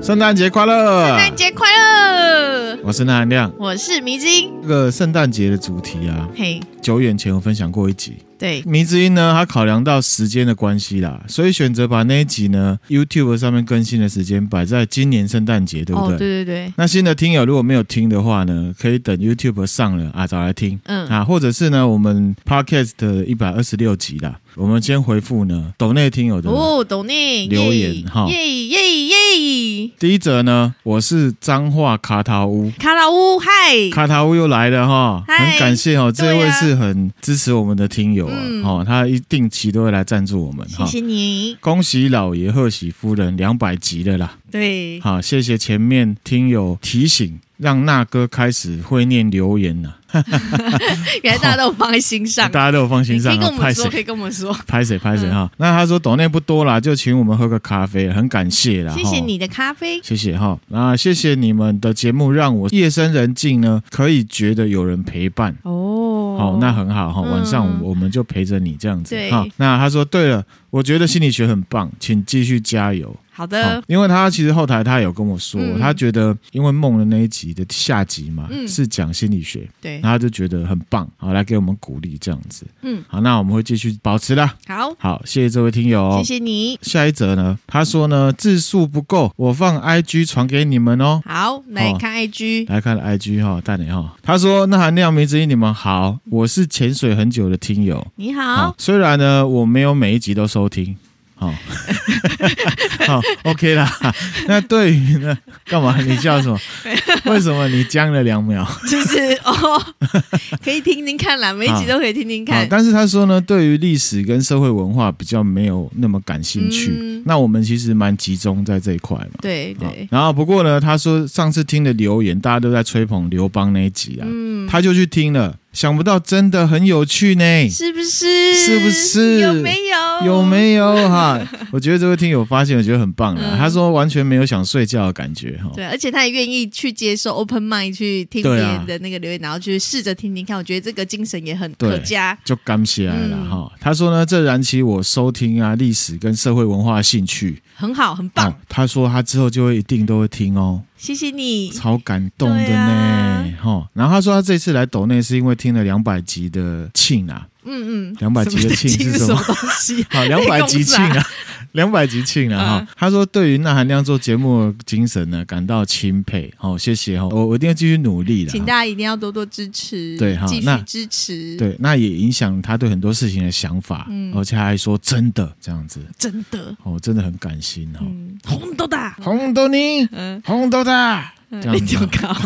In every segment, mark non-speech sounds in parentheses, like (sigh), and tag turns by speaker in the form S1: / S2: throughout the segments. S1: 圣诞节快乐！
S2: 圣诞节快乐！
S1: 我是南含亮。
S2: 我是迷之音，
S1: 这个圣诞节的主题啊，
S2: 嘿，
S1: 久远前有分享过一集。
S2: 对，
S1: 迷之音呢，他考量到时间的关系啦，所以选择把那一集呢 YouTube 上面更新的时间摆在今年圣诞节，对不
S2: 哦，
S1: 对？
S2: 对对对，
S1: 那新的听友如果没有听的话呢，可以等 YouTube 上了啊找来听。
S2: 嗯，
S1: 啊，或者是呢，我们 podcast 的一百二十六集啦，我们先回复呢，抖内听友的
S2: 哦，懂你
S1: 留言哈
S2: 耶耶耶！
S1: 第一则呢，我是彰化卡塔乌，
S2: 卡拉乌嗨，
S1: 卡塔乌又来了哈，
S2: 嗨
S1: 很感谢哦，
S2: 对啊
S1: 这位是很支持我们的听友啊，
S2: 嗯
S1: 哦，他一定期都会来赞助我们
S2: 谢
S1: 哈。
S2: 谢你，
S1: 恭喜老爷贺喜夫人两百集了啦！
S2: 对，
S1: 好，谢谢前面听友提醒，让那哥开始会念留言了、
S2: (laughs) 原来大家都有放在心上，
S1: 大家都有放心
S2: 你可
S1: 上
S2: 以跟
S1: 啊
S2: 我，
S1: 拍
S2: 们说，嗯
S1: 谁
S2: 可以跟我们说，
S1: 拍谁拍谁哈。那他说抖内不多啦，就请我们喝个咖啡，很感谢啦。
S2: 谢谢
S1: 哈
S2: 你的咖啡，
S1: 谢谢哈，那谢谢你们的节目，让我夜深人静呢，可以觉得有人陪伴。
S2: 哦，
S1: 好、那很好哈，
S2: 嗯
S1: 晚上我我们就陪着你这样子
S2: 对
S1: 哈。那他说对了，我觉得心理学很棒，请继续加油。
S2: 好
S1: 好
S2: 的，
S1: 因为他其实后台他有跟我说，
S2: 呃嗯
S1: 他觉得因为梦的那一集的下集嘛、
S2: 嗯
S1: 是讲心理学，
S2: 对
S1: 然，后他就觉得很棒，好来给我们鼓励这样子。
S2: 嗯，
S1: 好，那我们会继续保持啦。
S2: 好，
S1: 好，谢谢这位听友、哦，
S2: 谢谢你，
S1: 下一则呢，他说呢字数不够，我放 IG 传给你们哦。
S2: 好，来
S1: 哦
S2: 看 IG，
S1: 来看 IG 哈、大脸哈，他说：“那含量梅之一，你们好，我是潜水很久的听友。
S2: 你好，
S1: 虽然呢我没有每一集都收听，好、好 OK 啦。那对于呢，干嘛？你笑
S2: (laughs)
S1: 什么？为什么你僵了两秒？
S2: (laughs) 就是哦， (laughs) 可以听听看啦，每一集
S1: 好
S2: 都可以听听
S1: 好，
S2: 看，
S1: 但是他说呢，对于历史跟社会文化比较没有那么感兴趣。
S2: 嗯
S1: 那我们其实蛮集中在这一块嘛。
S2: 对对
S1: 好，然后不过呢，他说上次听的留言，大家都在吹捧刘邦那一集啊，
S2: 嗯
S1: 他就去听了，想不到真的很有趣呢。
S2: 是不是？
S1: 是不是
S2: 有没有？
S1: 有？没有
S2: (laughs)
S1: 哈？我觉得这位听友发现，我觉得很棒了。
S2: 嗯
S1: 他说完全没有想睡觉的感觉哈。
S2: 对，而且他也愿意去接受 open mind 去听别
S1: 对啊
S2: 人的那个留言，然后去试着听听看。我觉得这个精神也很
S1: 对
S2: 可嘉。
S1: 就感谢了
S2: 嗯
S1: 哈、他说呢，这燃起我收听啊历史跟社会文化的兴趣。
S2: 很好，很棒，
S1: 哦他说他之后就会一定都会听哦，
S2: 谢谢你。
S1: 超感动的
S2: 嗯对啊
S1: 呢哈、然后他说他这次来抖内是因为听了两百集的庆啊，
S2: 嗯嗯，
S1: 200集的庆
S2: 什
S1: 是
S2: 么是
S1: 什么？
S2: 东西
S1: 好，两
S2: (laughs)
S1: 百集庆啊， (laughs) 两百集庆了哈
S2: 嗯。
S1: 他说对于那含量做节目的精神呢，感到钦佩。好、谢谢哈、哦我我一定要继续努力的。
S2: 请大家一定要多多支持，
S1: 对好
S2: 继续
S1: 那
S2: 支持，，
S1: 对，那也影响他对很多事情的想法，
S2: 嗯
S1: 而且他还说真的这样子，
S2: 真的，
S1: 哦，真的很感心哈、
S2: 嗯，红豆大，
S1: 红豆泥，
S2: 嗯，
S1: 红豆大，这样
S2: 嗯
S1: 子
S2: (laughs) 就
S1: 哦。
S2: 高，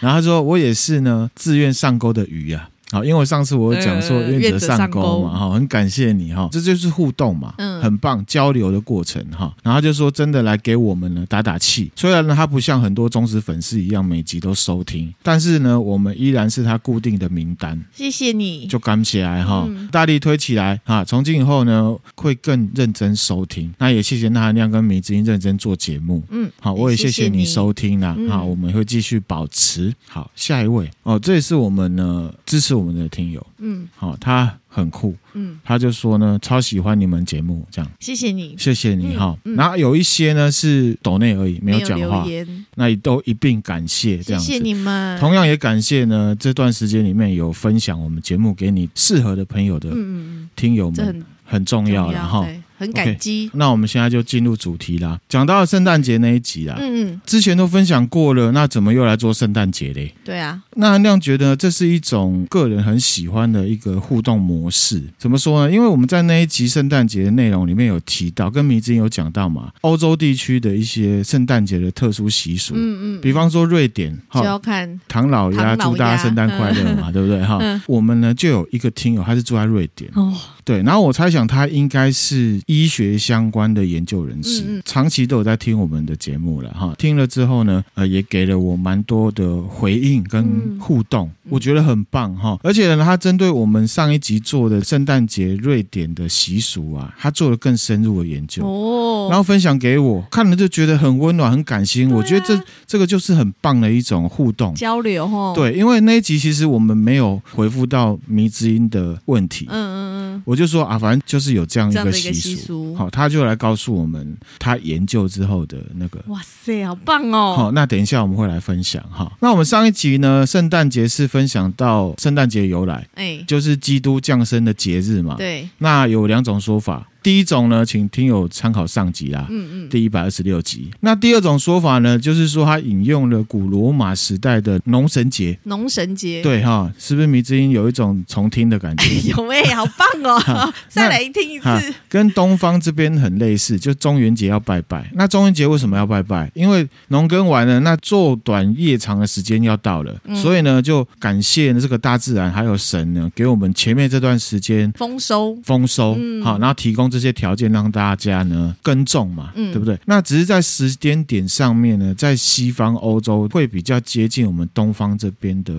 S1: 然后他说我也是呢，自愿上钩的鱼啊。好，因为我上次我有讲说
S2: 呃
S1: 愿
S2: 愿
S1: 者
S2: 者
S1: 上
S2: 上
S1: 钩嘛，
S2: 钩
S1: 哈，很感谢你哈，这就是互动嘛，
S2: 嗯
S1: 很棒交流的过程哈。然后他就说真的来给我们呢打打气，虽然呢他不像很多忠实粉丝一样每集都收听，但是呢我们依然是他固定的名单，
S2: 谢谢你，
S1: 就感起来哈
S2: 嗯，
S1: 大力推起来哈。从今以后呢会更认真收听，那也谢谢那含亮跟米之音认真做节目，
S2: 嗯，
S1: 好，我也谢
S2: 谢
S1: 谢你收听啦。
S2: 嗯
S1: 好，我们会继续保持。好，下一位哦，这也是我们呢支持我们的听友。
S2: 嗯
S1: 好、他很酷，
S2: 嗯，
S1: 他就说呢，超喜欢你们节目，这样
S2: 谢谢你，
S1: 谢谢你
S2: 嗯
S1: 哈。
S2: 嗯
S1: 然后有一些呢是抖内而已，没有讲
S2: 留
S1: 话，
S2: 言，
S1: 那也都一并感谢这
S2: 谢
S1: 样子。
S2: 谢你们，
S1: 同样也感谢呢，这段时间里面有分享我们节目给你适合的朋友的
S2: 嗯，嗯
S1: 听友
S2: 嗯，这
S1: 们，
S2: 很
S1: 很重
S2: 重
S1: 要了哈。
S2: 对，很
S1: OK
S2: 感激，
S1: 那我们现在就进入主题啦，讲到圣诞节那一集啦，
S2: 嗯嗯，
S1: 之前都分享过了，那怎么又来做圣诞节嘞？
S2: 对啊，
S1: 那韩亮觉得这是一种个人很喜欢的一个互动模式。怎么说呢？因为我们在那一集圣诞节的内容里面有提到，跟迷之音有讲到嘛，欧洲地区的一些圣诞节的特殊习俗，
S2: 嗯嗯，
S1: 比方说瑞典，
S2: 就
S1: 哈。
S2: 要看，
S1: 唐老鸭
S2: 唐老鸭
S1: 祝大家圣诞快乐嘛，对不对哈？
S2: 嗯
S1: 我们呢就有一个听友，他是住在瑞典，
S2: 哦，
S1: 对，然后我猜想他应该是医学相关的研究人士，
S2: 嗯嗯
S1: 长期都有在听我们的节目了哈。听了之后呢，呃，也给了我蛮多的回应跟
S2: 嗯
S1: 互动，我觉得很棒哈。而且呢，他针对我们上一集做的圣诞节瑞典的习俗啊，他做了更深入的研究。
S2: 哦，
S1: 然后分享给我，看了就觉得很温暖、很感心。
S2: 对啊
S1: 我觉得这这个就是很棒的一种互动。
S2: 交流哦，，
S1: 对，因为那一集其实我们没有回复到迷之音的问题，
S2: 嗯嗯嗯
S1: 我就说啊，反正就是有这样一
S2: 嗯，这样
S1: 个
S2: 的一
S1: 习
S2: 个习俗
S1: 好，他就来告诉我们他研究之后的那个
S2: 哇塞，好棒哦！
S1: 好、那等一下我们会来分享哈。那我们上一集呢，圣诞节是分享到圣诞节由来，
S2: 哎，
S1: 就是基督降生的节日嘛。。
S2: 对，
S1: 那有两种说法，第一种呢，请听友参考上集啦，
S2: 嗯嗯，
S1: 第一百二十六集。那第二种说法呢，就是说他引用了古罗马时代的农神节。
S2: 农神节，，
S1: 对哈，是不是迷之音有一种重听的感觉？
S2: 有哎，好棒
S1: (laughs)
S2: 哦！ (laughs) 再来听一次， (laughs)
S1: 哈，跟东方这边很类似，就中元节要拜拜。那中元节为什么要拜拜？因为农耕完了，那昼短夜长的时间要到了，
S2: 嗯
S1: 所以呢，就感谢这个大自然还有神呢，给我们前面这段时间
S2: 丰收，
S1: 丰收，
S2: 嗯
S1: 好，然后提供这些条件让大家呢耕种嘛，
S2: 嗯
S1: 对不对？那只是在时间点上面呢，在西方欧洲会比较接近我们东方这边的，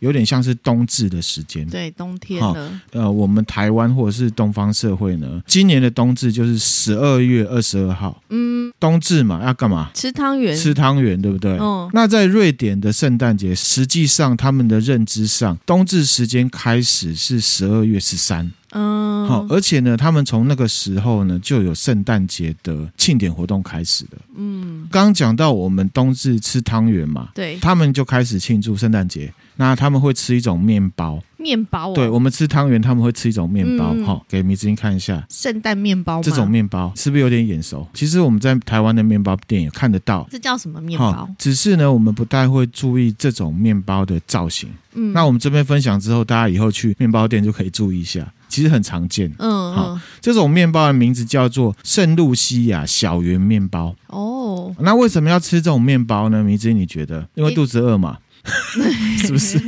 S1: 有点像是冬至的时间。
S2: 对，冬天
S1: 好
S2: 了，
S1: 呃，我们台湾或者是东方社会呢，今年的冬至就是十二月二十二号，
S2: 嗯，
S1: 冬至嘛，要干嘛？
S2: 吃汤圆，
S1: 吃汤圆，对不对？
S2: 嗯
S1: 那在瑞典的圣诞节，实际上他们的认知上，冬至时间开始是十二月十三、
S2: 嗯，
S1: 好，而且呢，他们从那个时候呢就有圣诞节的庆典活动开始了。
S2: 嗯，
S1: 刚刚讲到我们冬至吃汤圆嘛，
S2: 对，
S1: 他们就开始庆祝圣诞节。那他们会吃一种面包，
S2: 面包哦，
S1: 对我们吃汤圆，他们会吃一种面包，哈、
S2: 嗯
S1: 给迷之音看一下。
S2: 圣诞面包吗，
S1: 这种面包是不是有点眼熟？其实我们在台湾的面包店也看得到，
S2: 这叫什么面
S1: 哈
S2: 包？
S1: 只是呢，我们不太会注意这种面包的造型。
S2: 嗯，
S1: 那我们这边分享之后，大家以后去面包店就可以注意一下，其实很常见。
S2: 嗯
S1: 好
S2: 嗯
S1: 这种面包的名字叫做圣露西亚小圆面包。
S2: 哦，
S1: 那为什么要吃这种面包呢？迷之，你觉得？因为
S2: 诶
S1: 肚子饿嘛， (laughs) 是不
S2: (laughs)
S1: 是？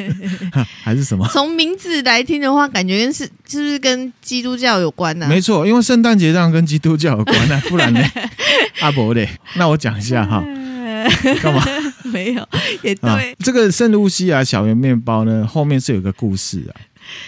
S1: 还是 (laughs) 什么？
S2: 从名字来听的话，感觉跟是是不是跟基督教有关啊呢？
S1: 没错，因为圣诞节当然跟基督教有关啊，不然呢？阿伯嘞，那我讲一下
S2: (laughs)
S1: 哈，干嘛？
S2: (laughs) 没有，也
S1: 啊
S2: 对，，
S1: 这个圣露西亚小圆面包呢，后面是有一个故事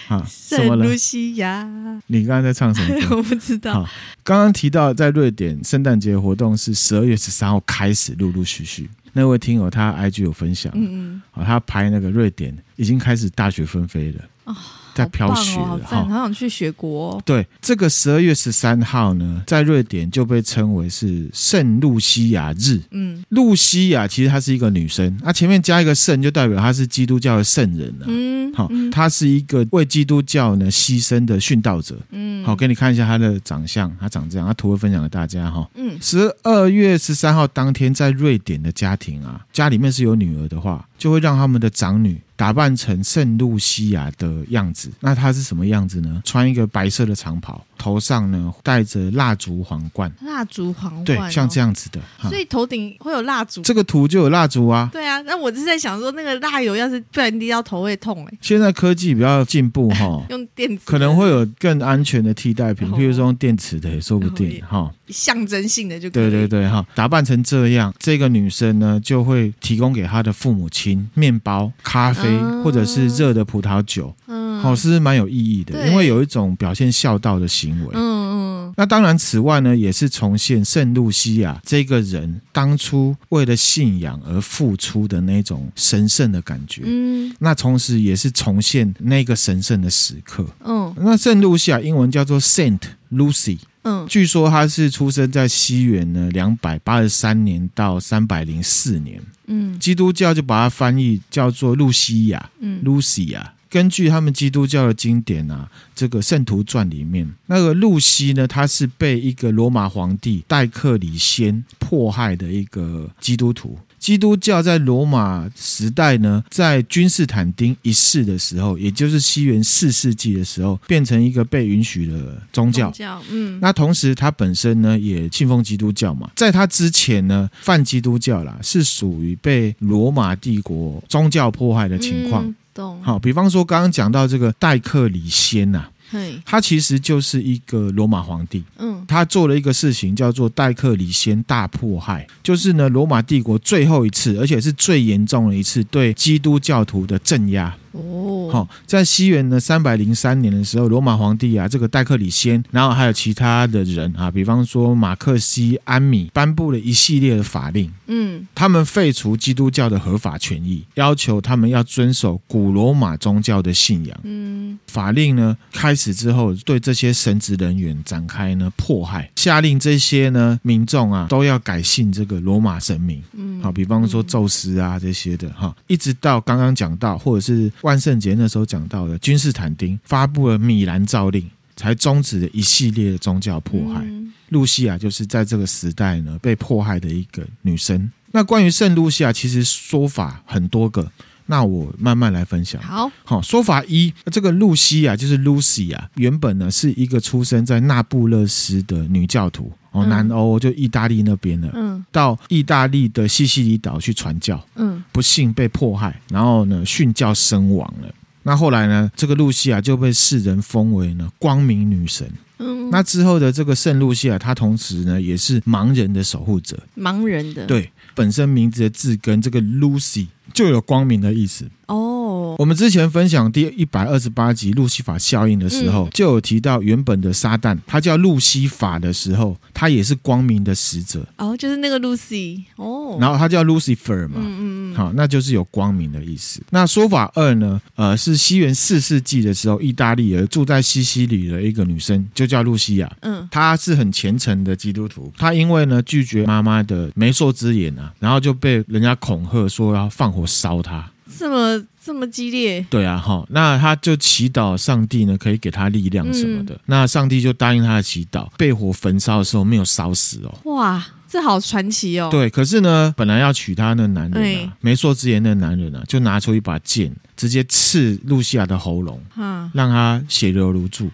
S1: 啊，啊，什么
S2: 圣
S1: 呢
S2: 露？西亚， (laughs)
S1: 你刚刚在唱什么歌？
S2: 我不知道
S1: 好。刚刚提到在瑞典圣诞节活动是十二月十三号开始，陆陆续续。那位听友他 IG 有分享，
S2: 嗯嗯，
S1: 啊，他拍那个瑞典已经开始大雪纷飞了，
S2: 哦
S1: 在飘
S2: 好
S1: 雪啊
S2: 棒哦，好
S1: 了
S2: 赞，好想去雪国哦。
S1: 对，这个十二月十三号呢，在瑞典就被称为是圣露西亚日。
S2: 嗯
S1: 露西亚其实她是一个女生，那、前面加一个圣，就代表她是基督教的圣人啊了、
S2: 嗯，
S1: 好、
S2: 嗯
S1: 她是一个为基督教呢牺牲的殉道者。
S2: 嗯，
S1: 好，给你看一下她的长相，她长这样，她图会分享给大家哈。
S2: 嗯
S1: 十二月十三号当天，在瑞典的家庭啊，家里面是有女儿的话，就会让他们的长女打扮成圣露西亚的样子。那她是什么样子呢？穿一个白色的长袍，头上呢戴着蜡烛皇冠，
S2: 蜡烛皇
S1: 对
S2: 冠哦，，
S1: 像这样子的。哈
S2: 所以头顶会有蜡烛。
S1: 这个图就有蜡烛啊。
S2: 对啊，那我是在想说，那个蜡油要是不然滴到头会痛哎，
S1: 现在科技比较进步哈、
S2: (laughs) 用电子
S1: 可能会有更安全的替代
S2: 哦
S1: 品，譬如说用电池的也说不定哈、
S2: 象征性的就可以。
S1: 对对对，哈，打扮成这样，这个女生呢就会提供给她的父母亲面包、咖啡、
S2: 啊
S1: 或者是热的葡萄酒，
S2: 嗯，
S1: 好、是蛮有意义的，
S2: 对
S1: 因为有一种表现孝道的行为。
S2: 嗯嗯
S1: 那当然，此外呢，也是重现圣露西亚这个人当初为了信仰而付出的那种神圣的感觉。
S2: 嗯
S1: 那同时也是重现那个神圣的时刻。
S2: 嗯
S1: 那圣露西亚英文叫做 Saint Lucy，
S2: 嗯
S1: 据说他是出生在西元呢两百八十三年到三百零四年，
S2: 嗯
S1: 基督教就把它翻译叫做露西亚
S2: 嗯
S1: （Lucia）。根啊据他们基督教的经典啊，这个《圣徒传》里面，那个露西呢，她是被一个罗马皇帝戴克里先迫害的一个基督徒。基督教在罗马时代呢，在君士坦丁一世的时候，也就是西元四世纪的时候，变成一个被允许的宗教
S2: 宗。教，嗯
S1: 那同时，他本身呢也信奉基督教嘛，在他之前呢，泛基督教啦是属于被罗马帝国宗教迫害的情况。
S2: 嗯懂
S1: 好，比方说刚刚讲到这个戴克里先呐、
S2: 嘿
S1: 他其实就是一个罗马皇帝，
S2: 嗯
S1: 他做了一个事情叫做戴克里先大迫害，就是呢罗马帝国最后一次，而且是最严重的一次对基督教徒的镇压。
S2: 哦，
S1: 好、在西元的三百零三年的时候，罗马皇帝啊，这个戴克里先，然后还有其他的人啊，比方说马克西安米，颁布了一系列的法令，
S2: 嗯，
S1: 他们废除基督教的合法权益，要求他们要遵守古罗马宗教的信仰。
S2: 嗯，
S1: 法令呢开始之后，对这些神职人员展开呢迫害，下令这些呢民众啊都要改信这个罗马神明。
S2: 嗯，
S1: 好，比方说宙斯啊这些的哈，一直到刚刚讲到，或者是万圣节那时候讲到的，君士坦丁发布了米兰诏令，才终止了一系列的宗教迫害。
S2: 嗯
S1: 露西亚就是在这个时代呢被迫害的一个女生。那关于圣露西亚，其实说法很多个，那我慢慢来分享。
S2: 好，
S1: 好，说法一，这个露西亚就是 Lucy 啊，原本呢是一个出生在那不勒斯的女教徒哦，
S2: 嗯
S1: 南欧就意大利那边的，
S2: 嗯
S1: 到意大利的西西里岛去传教，
S2: 嗯
S1: 不幸被迫害，然后呢殉教身亡了。那后来呢，这个露西啊亚就被世人封为呢光明女神。
S2: 嗯，
S1: 那之后的这个圣露西亚，她同时呢也是盲人的守护者。
S2: 盲人的，，
S1: 对，本身名字的字根这个 Lucy 就有光明的意思。
S2: 哦，
S1: 我们之前分享第一百二十八集路西法效应的时候，
S2: 嗯
S1: 就有提到原本的撒旦，他叫路西法的时候，他也是光明的使者，
S2: 哦，就是那个 Lucy，哦，
S1: 然
S2: 后，
S1: 后他叫 Lucifer 嘛。
S2: 嗯嗯嗯，
S1: 好，那就是有光明的意思。那说法二呢？呃，是西元四世纪的时候，意大利人住在西西里的一个女生，就叫露西亚。
S2: 嗯
S1: 她是很虔诚的基督徒，她因为呢拒绝妈妈的媒妁之言啊，然后就被人家恐吓说要放火烧她。
S2: 这么这么激烈，
S1: 对啊，哈，那他就祈祷上帝呢，可以给他力量什么
S2: 嗯
S1: 的。那上帝就答应他的祈祷，被火焚烧的时候没有烧死哦。
S2: 哇，这好传奇哦，，
S1: 对，可是呢，本来要娶她的男人
S2: 哎
S1: 啊，媒妁之言的男人啊，就拿出一把剑，直接刺露西亚的喉咙，
S2: 哈，
S1: 让她血流如注。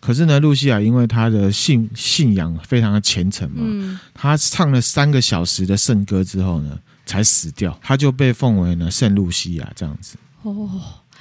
S1: 可是呢，露西亚因为她的信信仰非常的虔诚嘛，
S2: 嗯，
S1: 她唱了三个小时的圣歌之后呢，才死掉。她就被奉为呢圣露西亚这样子。
S2: 哦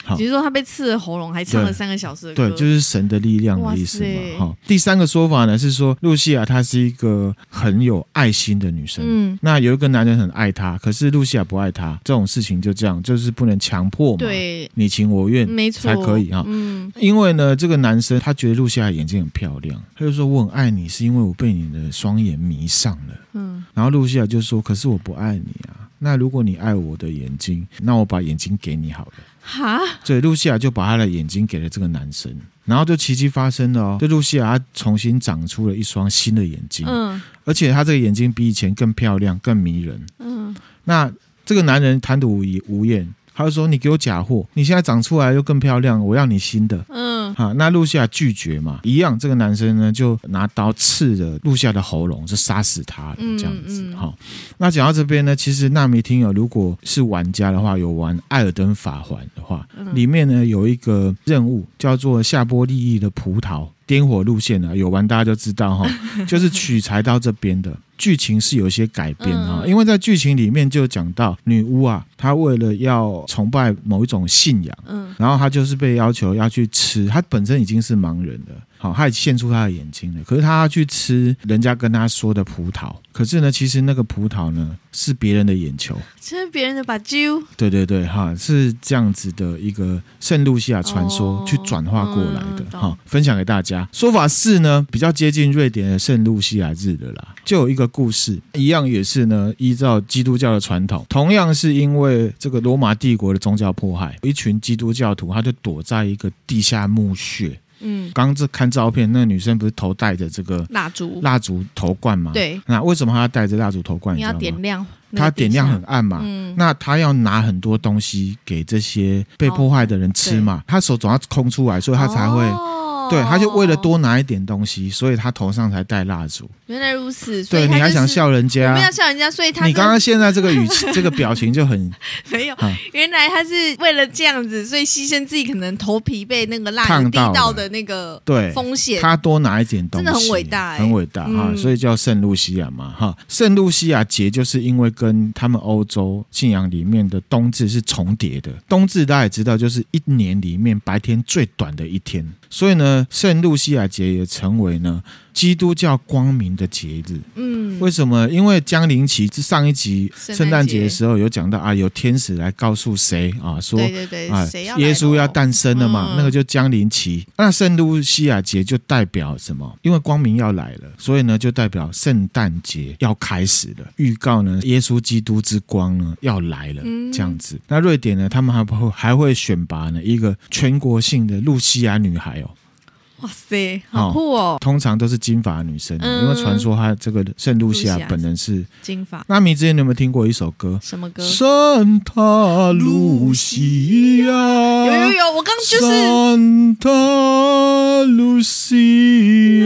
S1: 好，
S2: 比如说他被刺了喉咙，还唱了
S1: 对
S2: 三个小时的歌，
S1: 对，就是神的力量的意思嘛
S2: 哇。塞
S1: 哈、第三个说法呢是说，露西亚她是一个很有爱心的女生。
S2: 嗯，
S1: 那有一个男人很爱她，可是露西亚不爱她，这种事情就这样，就是不能强迫嘛，
S2: 对，嗯
S1: 你情我愿。
S2: 没错，
S1: 才可以哈
S2: 嗯，
S1: 因为呢，这个男生他觉得露西亚眼睛很漂亮，他就说我很爱你，是因为我被你的双眼迷上了。
S2: 嗯
S1: 然后露西亚就说，可是我不爱你啊。那如果你爱我的眼睛，那我把眼睛给你好了。
S2: 哈，
S1: 所以露西亚就把她的眼睛给了这个男生，然后就奇迹发生了哦。这露西亚她重新长出了一双新的眼睛，
S2: 嗯
S1: 而且她这个眼睛比以前更漂亮、更迷人。
S2: 嗯，
S1: 那这个男人贪图无疑无厌，他就说：“你给我假货，你现在长出来又更漂亮，我要你新的。”
S2: 嗯，
S1: 啊，那露西亚拒绝嘛，一样，这个男生呢就拿刀刺了露西亚的喉咙，就杀死他
S2: 嗯
S1: 这样子
S2: 嗯
S1: 哈、那讲到这边呢，其实纳米听哦友如果是玩家的话，有玩《艾尔登法环》的话，
S2: 嗯
S1: 里面呢有一个任务叫做夏波利益的葡萄点火路线啊，有玩大家就知道哈、
S2: (laughs)
S1: 就是取材到这边的。剧情是有一些改编啊、
S2: 嗯嗯
S1: 因为在剧情里面就讲到女巫啊，她为了要崇拜某一种信仰，
S2: 嗯
S1: 然后他就是被要求要去吃，他本身已经是盲人了，好，他也献出他的眼睛了，可是他要去吃人家跟他说的葡萄，可是呢，其实那个葡萄呢是别人的眼球，
S2: 这是别人的把揪，
S1: 对对对，哈，是这样子的一个圣露西亚传说
S2: 哦
S1: 去转化过来的
S2: 嗯，懂
S1: 哈、分享给大家。说法四呢，比较接近瑞典的圣露西亚日的啦，就有一个故事，一样也是呢，依照基督教的传统，同样是因为这个罗马帝国的宗教迫害，有一群基督教徒他就躲在一个地下墓穴。
S2: 嗯，
S1: 刚这看照片，那个女生不是头戴着这个
S2: 蜡烛，
S1: 蜡烛头冠吗？。
S2: 对，
S1: 那为什么她要戴着蜡烛头冠？
S2: 你
S1: 你
S2: 要
S1: 知道吗
S2: 点？亮那个
S1: 她点
S2: 底下
S1: 亮很，暗嘛，
S2: 嗯，
S1: 那他要拿很多东西给这些被迫害的人吃嘛，他手总要空出来，所以他才会。
S2: 哦
S1: 对，他就为了，多拿一点东西，所以他头上才戴蜡烛。
S2: 原来如此，所以
S1: 对，
S2: 他
S1: 你还
S2: 就是
S1: 想？笑人
S2: 我
S1: 家
S2: 不？要笑人家，所以他
S1: 你
S2: 真的
S1: 刚刚现在这个语气、这个表情就很
S2: (laughs) 没有
S1: 啊，
S2: 原来他是为了这样子，所以牺牲自己可能头皮被那个蜡
S1: 烫
S2: 油滴
S1: 到了
S2: 到的那个
S1: 对，
S2: 风险，
S1: 他多拿一点东西，
S2: 真的很伟大欸
S1: 很伟大哈、
S2: 嗯
S1: 所以叫圣露西亚嘛哈。圣露西亚节就是因为跟他们欧洲信仰里面的冬至是重叠的。冬至大家也知道，就是一年里面白天最短的一天，所以呢，呢，圣露西亚节也成为呢基督教光明的节日。
S2: 嗯，
S1: 为什么？因为江林奇上一集
S2: 圣诞
S1: 圣诞节
S2: 节
S1: 的时候有讲到啊，有天使来告诉谁啊，说
S2: 对对对，
S1: 啊
S2: 谁要，
S1: 耶稣要
S2: 带
S1: 诞生了嘛，
S2: 嗯
S1: 那个就降临期。啊那圣露西亚节就代表什么？因为光明要来了，所以呢，就代表圣诞节要开始了，预告呢，耶稣基督之光呢要来了，
S2: 嗯
S1: 这样子。那瑞典呢，他们还会还会选拔呢一个全国性的露西亚女孩哦。
S2: 哇塞，好酷哦，
S1: 通常都是金发女生，
S2: 嗯
S1: 因为传说她这个圣露西亚
S2: 露西亚
S1: 本人是。
S2: 金发
S1: 那米之前你有没有听过一首歌？
S2: 什么歌？
S1: 圣塔露西亚，
S2: 有有有，我刚刚就是
S1: ，Santa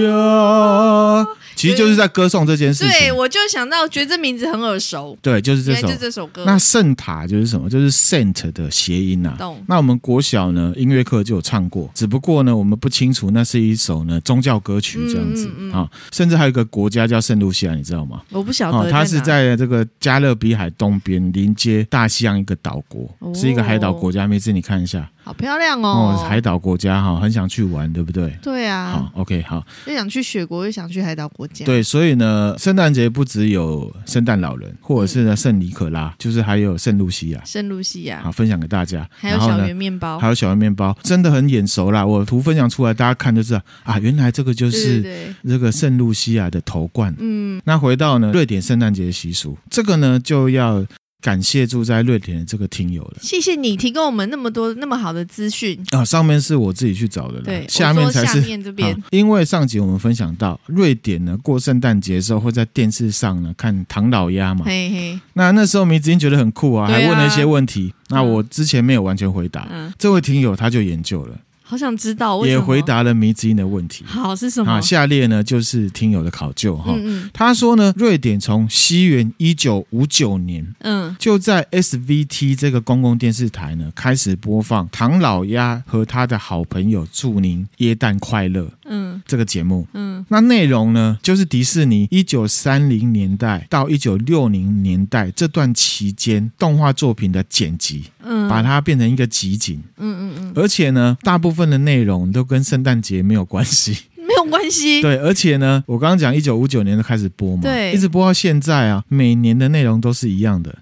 S1: Lucia，其实就是在歌颂这件事
S2: 对，
S1: 情。
S2: 我就想到，觉得这名字很耳熟，
S1: 对，就是这
S2: 原来
S1: 首
S2: 就。这首歌。
S1: 那圣塔就是什么？就是 Saint 的谐音啊
S2: 懂。
S1: 那我们国小呢音乐课就有唱过，只不过呢我们不清楚那是一首呢宗教歌曲这样子啊、
S2: 嗯嗯嗯
S1: 甚至还有一个国家叫圣露西亚，你知道吗？
S2: 我不晓
S1: 哦
S2: 得，
S1: 它
S2: 哪
S1: 是在这个加勒比海东边，临接大西洋一个岛国，
S2: 哦
S1: 是一个海岛国家。妹子，你看一下
S2: 好漂亮
S1: 哦
S2: 哦，
S1: 海岛国家哈，很想去玩，对不对？
S2: 对啊
S1: 好，，OK，好，哦
S2: 又想去雪国，又想去海岛国家，
S1: 对，所以呢，圣诞节不只有圣诞老人，或者是
S2: 嗯
S1: 呢圣尼可拉，就是还有圣露西亚，
S2: 圣露西亚，
S1: 好，分享给大家。
S2: 啊还有
S1: 然后
S2: 小
S1: 呢，
S2: 圆面包
S1: 还，有小圆面包，真的很眼熟啦。我图分享出来，大家看就知道啊，原来这个就
S2: 对对
S1: 是
S2: 对，
S1: 这个圣露西亚的头冠。
S2: 嗯，
S1: 那回到呢，瑞典圣诞节的习俗，这个呢就要感谢住在瑞典的这个听友了。
S2: 谢谢你提供我们那么多那么好的资讯，
S1: 啊，上面是我自己去找的啦
S2: 对，，
S1: 下
S2: 我说
S1: 面才是
S2: 下面这边
S1: 啊，因为上集我们分享到，瑞典呢过圣诞节的时候会在电视上呢看唐老鸭嘛。
S2: 嘿嘿，
S1: 那那时候迷子英觉得很酷啊，
S2: 对啊
S1: 还问了一些问题。那
S2: 嗯
S1: 我之前没有完全回答，
S2: 嗯，
S1: 这位听友他就研究了，
S2: 好想知道，为什
S1: 也
S2: 么
S1: 回答了迷子英的问题。
S2: 好是什么
S1: 啊，？下列呢就是听友的考究哈。
S2: 嗯
S1: 他说呢，瑞典从西元一九五九年
S2: 嗯
S1: 就在 SVT 这个公共电视台呢，开始播放唐老鸭和他的好朋友祝您耶诞快乐
S2: 嗯
S1: 这个节目。
S2: 嗯
S1: 那内容呢，就是迪士尼一九三零年代到一九六零年代这段期间动画作品的剪辑，
S2: 嗯，
S1: 把它变成一个集锦。
S2: 嗯嗯
S1: 而且呢，大部分的内容都跟圣诞节没有关
S2: (laughs)
S1: 系。
S2: 嗯，没有关系，
S1: 对，而且呢，我刚刚讲一九五九年就开始播嘛，
S2: 对
S1: 一直播到现在啊，每年的内容都是一样的，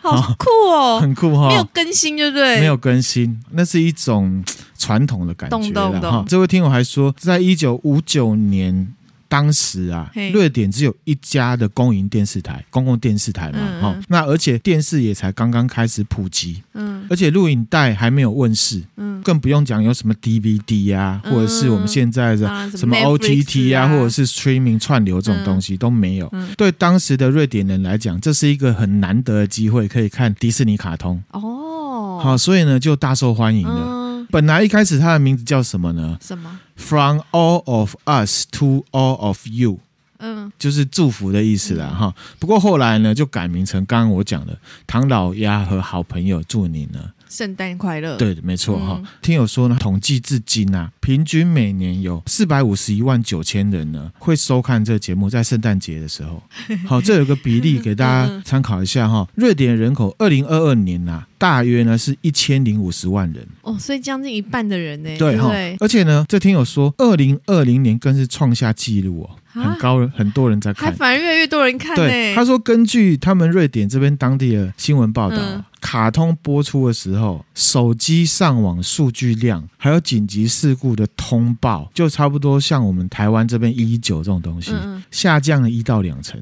S2: 好酷哦，
S1: 很酷哈、
S2: 没有更新，对不
S1: (laughs)
S2: 对？
S1: 没有更新，那是一种嘖传统的感觉
S2: 懂懂
S1: 了
S2: 懂
S1: 哈。这位听友还说，在一九五九年。当时啊
S2: 嘿，
S1: 瑞典只有一家的公营电视台，公共电视台嘛，
S2: 嗯
S1: 哈、
S2: 嗯
S1: 那而且电视也才刚刚开始普及，
S2: 嗯
S1: 而且录影带还没有问世，
S2: 嗯，
S1: 更不用讲有什么 DVD 呀、啊
S2: 嗯
S1: 或者是我们现在的
S2: 啊
S1: 什么
S2: Netflix
S1: OTT 啊，或者是 streaming 串流这种东西都没有。
S2: 嗯
S1: 对当时的瑞典人来讲，这是一个很难得的机会，可以看迪士尼卡通。
S2: 哦，
S1: 好，所以呢就大受欢迎了。
S2: 嗯，
S1: 本来一开始它的名字叫什么呢
S2: 什么？
S1: ？From all of us to all of you，
S2: 嗯
S1: 就是祝福的意思啦哈。不过后来呢，就改名成刚刚我讲的唐老鸭和好朋友祝你呢。，
S2: 圣诞快乐。，
S1: 对，没错哈
S2: 嗯。
S1: 听友说呢，统计至今啊，平均每年有四百五十一万九千人呢会收看这个节目，在圣诞节的时
S2: (laughs)
S1: 候。好，这有个比例给大
S2: 嗯
S1: 家参考一下哈。瑞典人口二零二二年呐、啊，大约呢是一千零五十万人。
S2: 哦，所以将近一半的人呢，
S1: 对
S2: 不
S1: 哈
S2: 对，
S1: 而且呢，这听友说，二零二零年更是创下纪录哦，
S2: 啊
S1: 很高，很多人在
S2: 还
S1: 看。
S2: 反而越来越多人看
S1: 对，
S2: 呢。
S1: 他说根据他们瑞典这边当地的新闻报道啊，
S2: 嗯
S1: 卡通播出的时候，手机上网数据量还有紧急事故的通报，就差不多像我们台湾这边一一九这种东西，
S2: 嗯
S1: 下降了一到两成。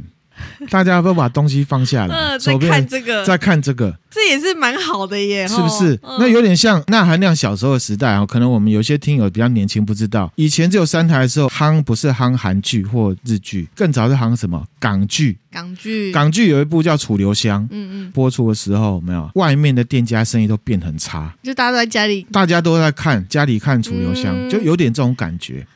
S1: 大家都把东西放下
S2: 嗯
S1: 来，
S2: (laughs) 嗯，
S1: 手
S2: 在
S1: 边
S2: 看这个，
S1: 在看这个，
S2: 这也是蛮好的耶，
S1: 是不是？
S2: 吼嗯
S1: 那有点像那含量小时候的时代啊、哦，可能我们有些听友比较年轻，不知道以前只有三台的时候，夯不是夯韩剧或日剧，更早是夯什么港剧。
S2: 港剧，
S1: 港剧有一部叫《楚留香》，
S2: 嗯嗯，
S1: 播出的时候有没有，外面的店家生意都变很差。
S2: 就大家都在家里，
S1: 大家都在看家里看楚留香，
S2: 嗯
S1: 就有点这种感觉，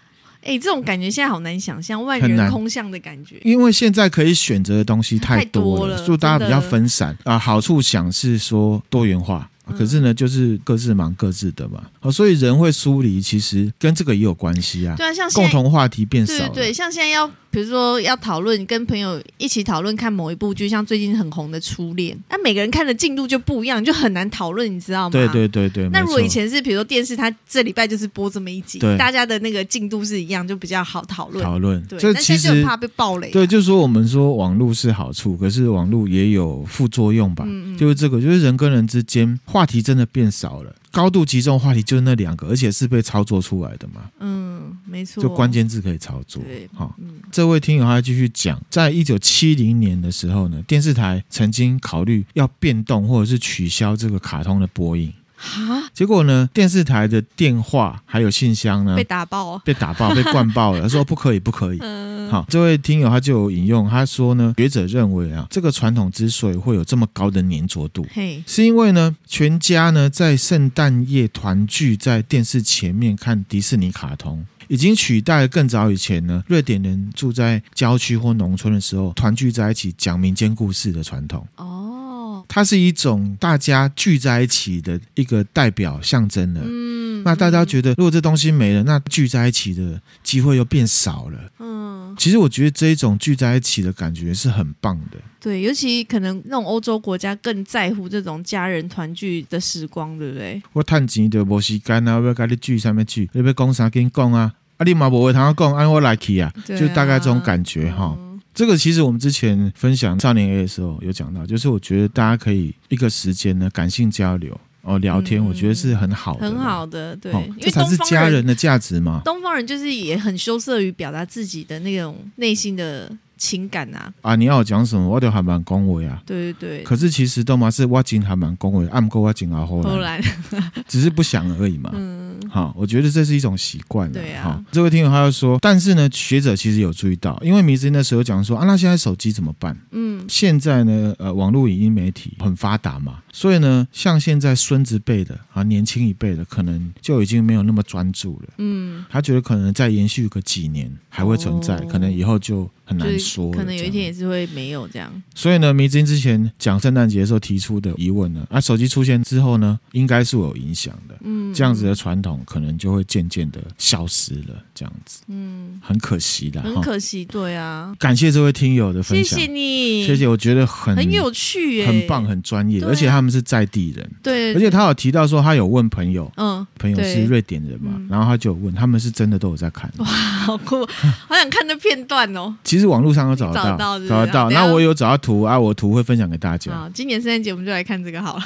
S2: 哎，这种感觉现在好难想象，万
S1: 很
S2: 人
S1: 难嗯
S2: 空巷的感觉。
S1: 因为现在可以选择的东西太多
S2: 太多
S1: 了，
S2: 了
S1: 所以大家比较分散啊。好处想是说多元化，
S2: 嗯
S1: 可是呢，就是各自忙各自的嘛。哦，所以人会疏离，其实跟这个也有关系啊。
S2: 对啊，像现
S1: 共
S2: 在，
S1: 同话题变少
S2: 对对
S1: 了，
S2: 对，像现在要比如说要讨论，跟朋友一起讨论看某一部剧，像最近很红的《初恋》，那每个人看的进度就不一样，就很难讨论，你知道吗？
S1: 对对对对，没
S2: 那如果以
S1: 错
S2: 前是比如说电视，它这礼拜就是播这么一集
S1: 对，
S2: 大家的那个进度是一样，就比较好讨论。
S1: 讨论，
S2: 对，
S1: 这
S2: 但
S1: 其
S2: 现在就
S1: 实
S2: 很怕被暴雷啊、
S1: 对，就是说我们说网络是好处，可是网络也有副作用吧？
S2: 嗯嗯
S1: 就是这个，就是人跟人之间话题真的变少了，高度集中的话题就是那两个，而且是被操作出来的嘛，
S2: 嗯，没错，
S1: 就关键字可以操作
S2: 对。
S1: 好、
S2: 嗯
S1: 这位听友他继续讲，在一九七零年的时候呢，电视台曾经考虑要变动或者是取消这个卡通的播映，
S2: 啊，
S1: 结果呢，电视台的电话还有信箱呢
S2: 被打爆啊，
S1: 被打爆、被灌爆了，说不可以，不可以。
S2: 嗯，
S1: 好，这位听友他就有引用，他说呢，学者认为啊，这个传统之所以会有这么高的粘着度，
S2: 嘿，
S1: 是因为呢，全家呢在圣诞夜团聚在电视前面看迪士尼卡通。已经取代了更早以前呢，瑞典人住在郊区或农村的时候团聚在一起讲民间故事的传统。
S2: 哦，
S1: 它是一种大家聚在一起的一个代表象征了。
S2: 嗯，
S1: 那大家觉得，如果这东西没了，那聚在一起的机会又变少了。
S2: 嗯，
S1: 其实我觉得这一种聚在一起的感觉是很棒的。
S2: 对，尤其可能那种欧洲国家更在乎这种家人团聚的时光，对不对？
S1: 我趁钱就无时间啊，要跟你聚上面聚，你要讲啥跟你讲啊，啊你嘛无话通我讲，按我来去啊，
S2: 对啊
S1: 就大概这种感觉哈。
S2: 嗯
S1: 这个其实我们之前分享少年 A 的时候有讲到，就是我觉得大家可以一个时间呢感性交流哦聊天，
S2: 嗯
S1: 我觉得是很好的，
S2: 很好的，对，
S1: 哦，
S2: 因
S1: 这
S2: 为
S1: 才
S2: 东
S1: 是
S2: 方
S1: 家人的价值嘛。
S2: 东方人就是也很羞涩于表达自己的那种内心的情感啊，
S1: 啊，你要我讲什么，我就还蛮恭维啊。
S2: 对对对。
S1: 可是其实都嘛是我真还蛮恭维，按过我真啊后
S2: 后
S1: 来，
S2: 来，
S1: 只是不想而已嘛。
S2: 嗯，
S1: 好，我觉得这是一种习惯了。
S2: 对啊
S1: 好，这位听友他就说，但是呢，学者其实有注意到，因为迷之音那时候讲说啊，那现在手机怎么办？
S2: 嗯，
S1: 现在呢，呃，网络影音媒体很发达嘛，所以呢，像现在孙子辈的啊，年轻一辈的，可能就已经没有那么专注了。
S2: (laughs) 嗯，
S1: 他觉得可能再延续个几年还会存在，
S2: 哦
S1: 可能以后就很
S2: 就
S1: 难说了
S2: 可能有一
S1: 这
S2: 天
S1: 样
S2: 也是会没有这样，
S1: 所以呢，迷之音之前讲圣诞节的时候提出的疑问呢，啊，手机出现之后呢，应该是有影响的。
S2: 嗯，
S1: 这样子的传统可能就会渐渐的消失了，这样子
S2: 嗯，
S1: 很可惜的
S2: 很
S1: 哈。
S2: 可惜，对啊，
S1: 感谢这位听友的
S2: 谢
S1: 分享，
S2: 谢你，
S1: 谢，谢我觉得很
S2: 很有趣耶，
S1: 很棒，，很专业，
S2: 对啊
S1: 而且他们是在地人，
S2: 对，
S1: 而且他有提到说他有问朋友，
S2: 嗯，
S1: 朋友是
S2: 对
S1: 瑞典人嘛，
S2: 嗯
S1: 然后他就有问他们是真的都有在看，
S2: 好酷，好想看那片段哦。
S1: 其实网络上都找得
S2: (laughs) 找
S1: 到，
S2: 得到是不是
S1: 得到。
S2: 好等一下
S1: 那我有找到图啊，我图会分享给大家，
S2: 好，今年圣诞节我们就来看这个好了。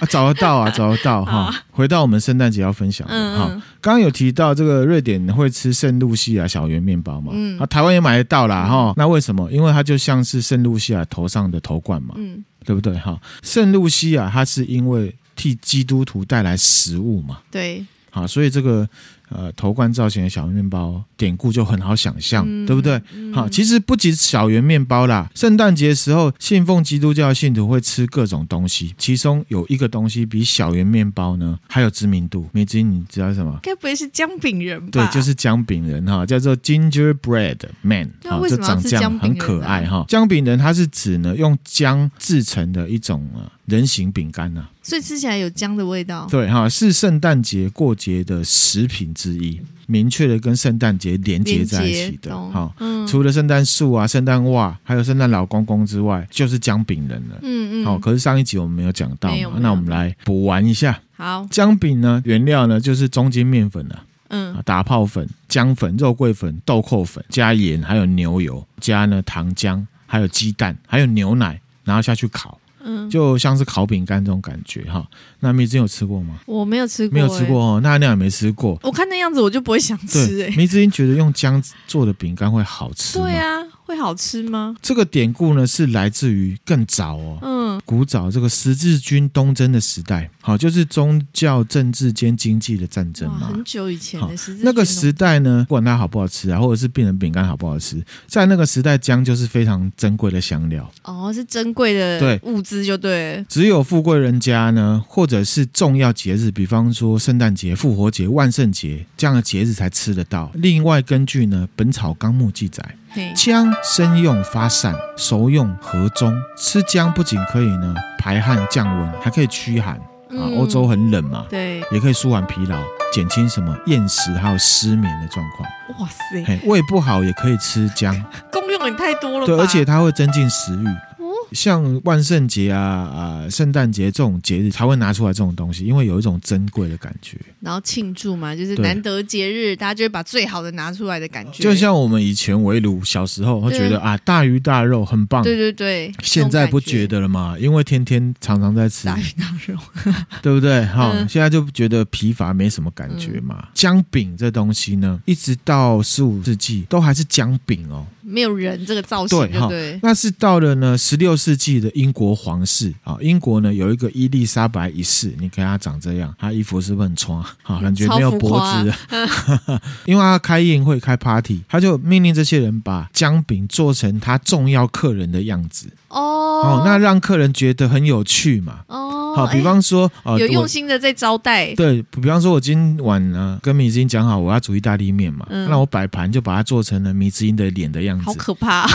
S1: 啊，找得到
S2: (laughs)
S1: 啊，找得到哈。回到我们圣诞节要分享的哈，
S2: 嗯嗯
S1: 刚刚有提到这个瑞典会吃圣露西亚小圆面包嘛，
S2: 嗯
S1: 啊，台湾也买得到啦哈。那为什么？因为它就像是圣露西亚头上的头冠嘛，
S2: 嗯，
S1: 对不对哈？圣露西亚它是因为替基督徒带来食物嘛，
S2: 对，
S1: 啊，所以这个呃头冠造型的小圆面包典故就很好想象，
S2: 嗯
S1: 对不对？
S2: 嗯
S1: 好，其实不仅小圆面包啦，圣诞节时候信奉基督教的信徒会吃各种东西，其中有一个东西比小圆面包呢还有知名度。米芝，你知道是什么？
S2: 该不会是姜饼人
S1: 对
S2: 吧？，
S1: 就是姜饼人哈，叫做 Gingerbread Man，
S2: 那
S1: 哈，
S2: 为
S1: 就
S2: 什么要
S1: 长
S2: 吃
S1: 这样
S2: 姜饼
S1: 很
S2: 人啊
S1: 可
S2: 呢
S1: 爱哈。姜饼人它是指呢用姜制成的一种呃人形饼干啊呐、
S2: 所以吃起来有姜的味道。
S1: 对哈，是圣诞节过节的食品之一，明确的跟圣诞节连接
S2: 连
S1: 在一
S2: 接
S1: 起的
S2: 懂
S1: 哈。
S2: 嗯
S1: 除了圣诞树啊、圣诞袜，还有圣诞老公公之外，就是姜饼人了。
S2: 嗯嗯，
S1: 好、可是上一集我们没有讲到
S2: 没有
S1: 嘛，
S2: 没有
S1: 那我们来补完一下。
S2: 好，
S1: 姜饼呢，原料呢就是中筋面粉啊，
S2: 嗯，
S1: 打泡粉、姜粉、肉桂粉、豆蔻粉，加盐，还有牛油，加呢糖浆，还有鸡蛋，还有牛奶，然后下去烤，
S2: 嗯
S1: 就像是烤饼干这种感觉哈。那蜜真有吃过吗？
S2: 我没有吃过，欸
S1: 没有吃过。哦，那亮也没吃过。
S2: 我看那样子，我就不会想吃
S1: 对
S2: 哎，。
S1: 迷之音觉得用姜做的饼干会好吃吗
S2: 对啊，会好吃吗？
S1: 这个典故呢是来自于更早哦，
S2: 嗯
S1: 古早这个十字军东征的时代，好，就是宗教、政治兼经济的战争
S2: 哇，
S1: 嘛。
S2: 很哦久以前
S1: 好
S2: 的十字
S1: 那个
S2: 军
S1: 时代呢，不管它好不好吃啊，或者是变成饼干好不好吃，在那个时代，姜就是非常珍贵的香料，
S2: 哦，哦是珍贵
S1: 对
S2: 的物资，就对了。
S1: 只有富贵人家呢，或者是重要节日，比方说圣诞节、复活节、万圣节这样的节日才吃得到。另外，根据呢《本草纲目》记载，
S2: 嘿，
S1: 姜生用发散，熟用和中。吃姜不仅可以呢排汗降温，还可以驱寒啊。
S2: 嗯
S1: 欧洲很冷嘛，
S2: 对，
S1: 也可以舒缓疲劳，减轻什么厌食还有失眠的状况。
S2: 哇塞，
S1: 嘿，胃不好也可以吃姜，
S2: 功用也太多了吧？
S1: 对，而且它会增进食欲。
S2: 哦
S1: 像万圣节啊、啊、圣诞节这种节日才会拿出来这种东西，因为有一种珍贵的感觉。
S2: 然后庆祝嘛，就是
S1: 对
S2: 难得节日，大家就会把最好的拿出来的感觉。
S1: 就像我们以前围炉，小时候会觉
S2: 对
S1: 得啊，大鱼大肉很棒。
S2: 对对对，
S1: 现在不
S2: 这
S1: 觉
S2: 种
S1: 得了嘛，因为天天常常在吃，
S2: 感觉大鱼大肉，
S1: 对不对？哈、
S2: 嗯
S1: 现在就觉得疲乏，没什么感觉嘛。姜饼这东西呢，一直到十五世纪都还是姜饼哦。
S2: 没有人这个造型，
S1: 对
S2: 对
S1: 哈
S2: 不对？
S1: 那是到了呢十六世纪的英国皇室啊，英国呢有一个伊丽莎白一世，你看她长这样，她衣服是不是很穿
S2: 嗯
S1: 啊？感觉没有脖子的， (laughs) 因为她开宴会开 party，她就命令这些人把姜饼做成她重要客人的样子哦
S2: 哦，
S1: 那让客人觉得很有趣嘛。
S2: 哦，
S1: 好，比
S2: 哎
S1: 方说，呃，
S2: 有
S1: 我
S2: 用心的在招待，
S1: 对，比方说，我今晚呢跟米芝英讲好，我要煮意大利面嘛，
S2: 嗯
S1: 那我摆盘就把它做成了米芝英的脸的样
S2: 好
S1: 子。
S2: 可怕，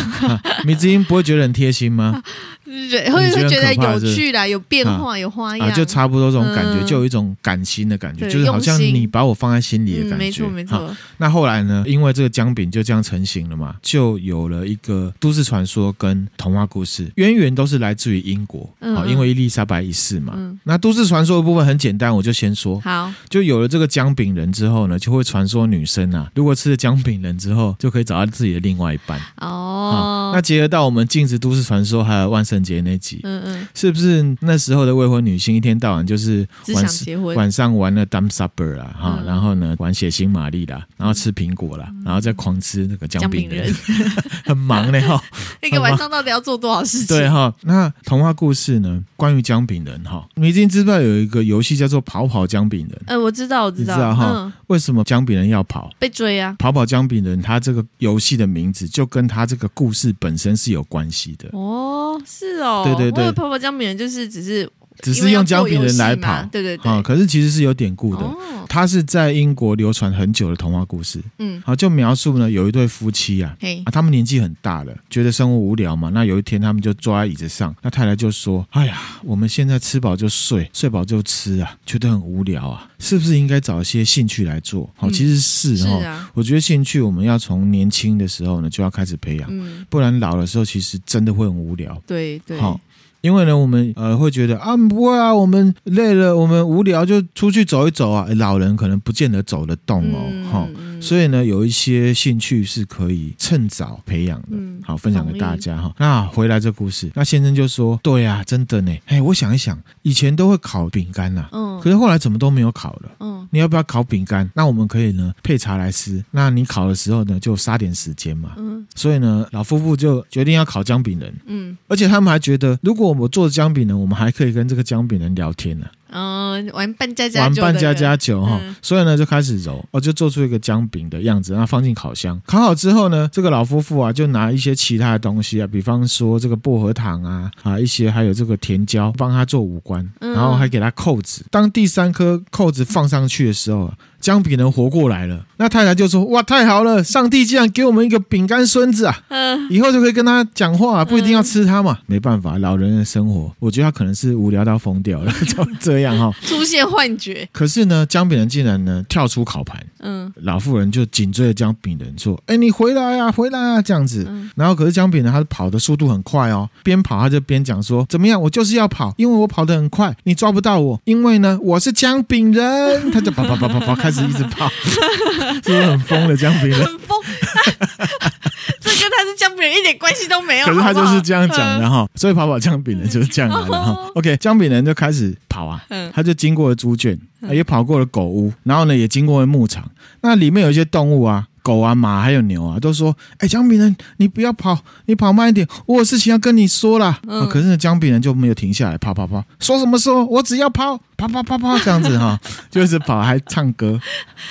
S1: 米芝英不会觉得很贴心吗？
S2: 对， (laughs) 会
S1: 觉得
S2: 会觉得
S1: 很可怕
S2: 有
S1: 是不是
S2: 趣啦，有变化，有花
S1: 啊，
S2: 样，
S1: 就差不多这种感觉，
S2: 嗯
S1: 就有一种感心的感觉，
S2: 对
S1: 就是好像
S2: 用心
S1: 你把我放在心里的
S2: 嗯，
S1: 感觉。
S2: 没错没
S1: 啊。
S2: 错，
S1: 那后来呢，因为这个姜饼就这样成型了嘛，就有了一个都市传说跟童话故事，渊源都是来自于英国
S2: 嗯
S1: 啊，
S2: 嗯
S1: 因为伊丽莎白一世嘛。
S2: 嗯，
S1: 那都市传说的部分很简单，我就先说。
S2: 好，
S1: 就有了这个姜饼人之后呢，就会传说女生啊，如果吃了姜饼人之后，就可以找到自己的另外一半。啊
S2: 哦，
S1: 那结合到我们禁止都市传说还有万圣节那集，
S2: 嗯嗯，
S1: 是不是那时候的未婚女性一天到晚就是
S2: 只
S1: 晚
S2: 想
S1: 上
S2: 结婚，
S1: 晚上玩了 dumb supper 啦，哈、
S2: 嗯
S1: 然后呢玩血腥玛丽啦，然后吃苹果啦，然后再狂吃那个姜
S2: 姜
S1: 饼
S2: 饼
S1: 人，
S2: 人 (laughs)
S1: (laughs) 很忙嘞哈。
S2: 那个晚上到底要做多少事情？
S1: 对哈、那童话故事呢，关于姜饼人哈，你一定知道有一个游戏叫做跑跑姜饼人，
S2: 呃，我知道，我知
S1: 你知道
S2: 道，
S1: 哈
S2: 嗯，
S1: 为什么姜饼人要跑？
S2: 被追啊，
S1: 跑跑姜饼人，他这个游戏的名字就跟他这个故事本身是有关系的，
S2: 哦，是哦，
S1: 对对对
S2: 我以为泡泡姜饼人就是只是
S1: 只
S2: 因
S1: 是
S2: 为要
S1: 用姜
S2: 做
S1: 饼
S2: 游
S1: 人
S2: 戏
S1: 来
S2: 嘛
S1: 跑，
S2: 对对对，
S1: 啊、可是其实是有典故的。
S2: 哦，
S1: 它是在英国流传很久的童话故事，
S2: 嗯，
S1: 好，就描述呢有一对夫妻啊，
S2: 嘿
S1: 啊，，他们年纪很大了，觉得生活无聊嘛。那有一天，他们就坐在椅子上，那太太就说：“哎呀，我们现在吃饱就睡，睡饱就吃啊，觉得很无聊啊，是不是应该找一些兴趣来做？”好、
S2: 嗯
S1: 其实是哦
S2: 是
S1: 哈、
S2: 啊，
S1: 我觉得兴趣我们要从年轻的时候呢就要开始培养，
S2: 嗯，
S1: 不然老的时候其实真的会很无聊。
S2: 对对，
S1: 好、因为呢，我们呃会觉得啊，不会啊，我们累了，我们无聊就出去走一走啊。诶老人可能不见得走得动哦，哈、
S2: 嗯
S1: 所以呢，有一些兴趣是可以趁早培养的。
S2: 嗯
S1: 好，分享给大家哈。那回来这故事，那先生就说：“对呀、真的呢。哎，我想一想，以前都会烤饼干呐、
S2: 嗯
S1: 可是后来怎么都没有烤了。
S2: 嗯
S1: 你要不要烤饼干？那我们可以呢配茶来吃。那你烤的时候呢，就杀点时间嘛。
S2: 嗯
S1: 所以呢，老夫妇就决定要烤姜饼人，
S2: 嗯
S1: 而且他们还觉得，如果我们做姜饼人，我们还可以跟这个姜饼人聊天呢、
S2: 嗯，玩扮家家
S1: 玩
S2: 酒的
S1: 扮家
S2: 人
S1: 家酒哈、
S2: 嗯
S1: 所以呢就开始揉，哦，就做出一个姜饼的样子，然后放进烤箱，烤好之后呢，这个老夫妇啊就拿一些其他的东西啊，比方说这个薄荷糖啊啊一些，还有这个甜椒，帮他做五官，
S2: 嗯
S1: 然后还给他扣子。当第三颗扣子放上去的时候啊，姜饼人活过来了，那太太就说：哇，太好了，上帝竟然给我们一个饼干孙子啊！
S2: 嗯
S1: 以后就可以跟他讲话、啊不一定要吃他嘛。没办法，老人的生活，我觉得他可能是无聊到疯掉
S2: (laughs)
S1: 了，就这样哈、
S2: 出现幻觉，
S1: 可是呢，姜饼人竟然呢跳出烤盘， (laughs)
S2: 嗯
S1: 老妇人就紧追着姜饼人说：“哎，你回来啊，回来啊！”这样子。
S2: 嗯
S1: 然后，可是姜饼人他跑的速度很快哦，边跑他就边讲说：“怎么样？我就是要跑，因为我跑得很快，你抓不到我，因为呢，我是姜饼人。”他就跑跑跑跑跑，开始一直跑， (laughs) 是不是很疯的姜饼人？
S2: 很疯， (laughs) 这跟他是姜饼人一点关系都没有，
S1: 可是他就是这样讲
S2: 好嗯
S1: 的哈，所以跑跑姜饼人就是这样来的
S2: (laughs)
S1: 哈
S2: 哦。
S1: OK，姜饼人就开始跑啊，
S2: 嗯
S1: 他就经过了猪圈，啊也跑过了狗屋，然后呢也经过了牧场。那里面有一些动物啊，狗啊、马还有牛啊，都说：“哎，姜饼人，你不要跑，你跑慢一点，我有事情要跟你说啦。
S2: 嗯
S1: 啊可是呢，姜饼人就没有停下来，跑跑跑，说什么说，我只要跑，跑跑跑跑这样子哈， (laughs) 就是跑还唱歌，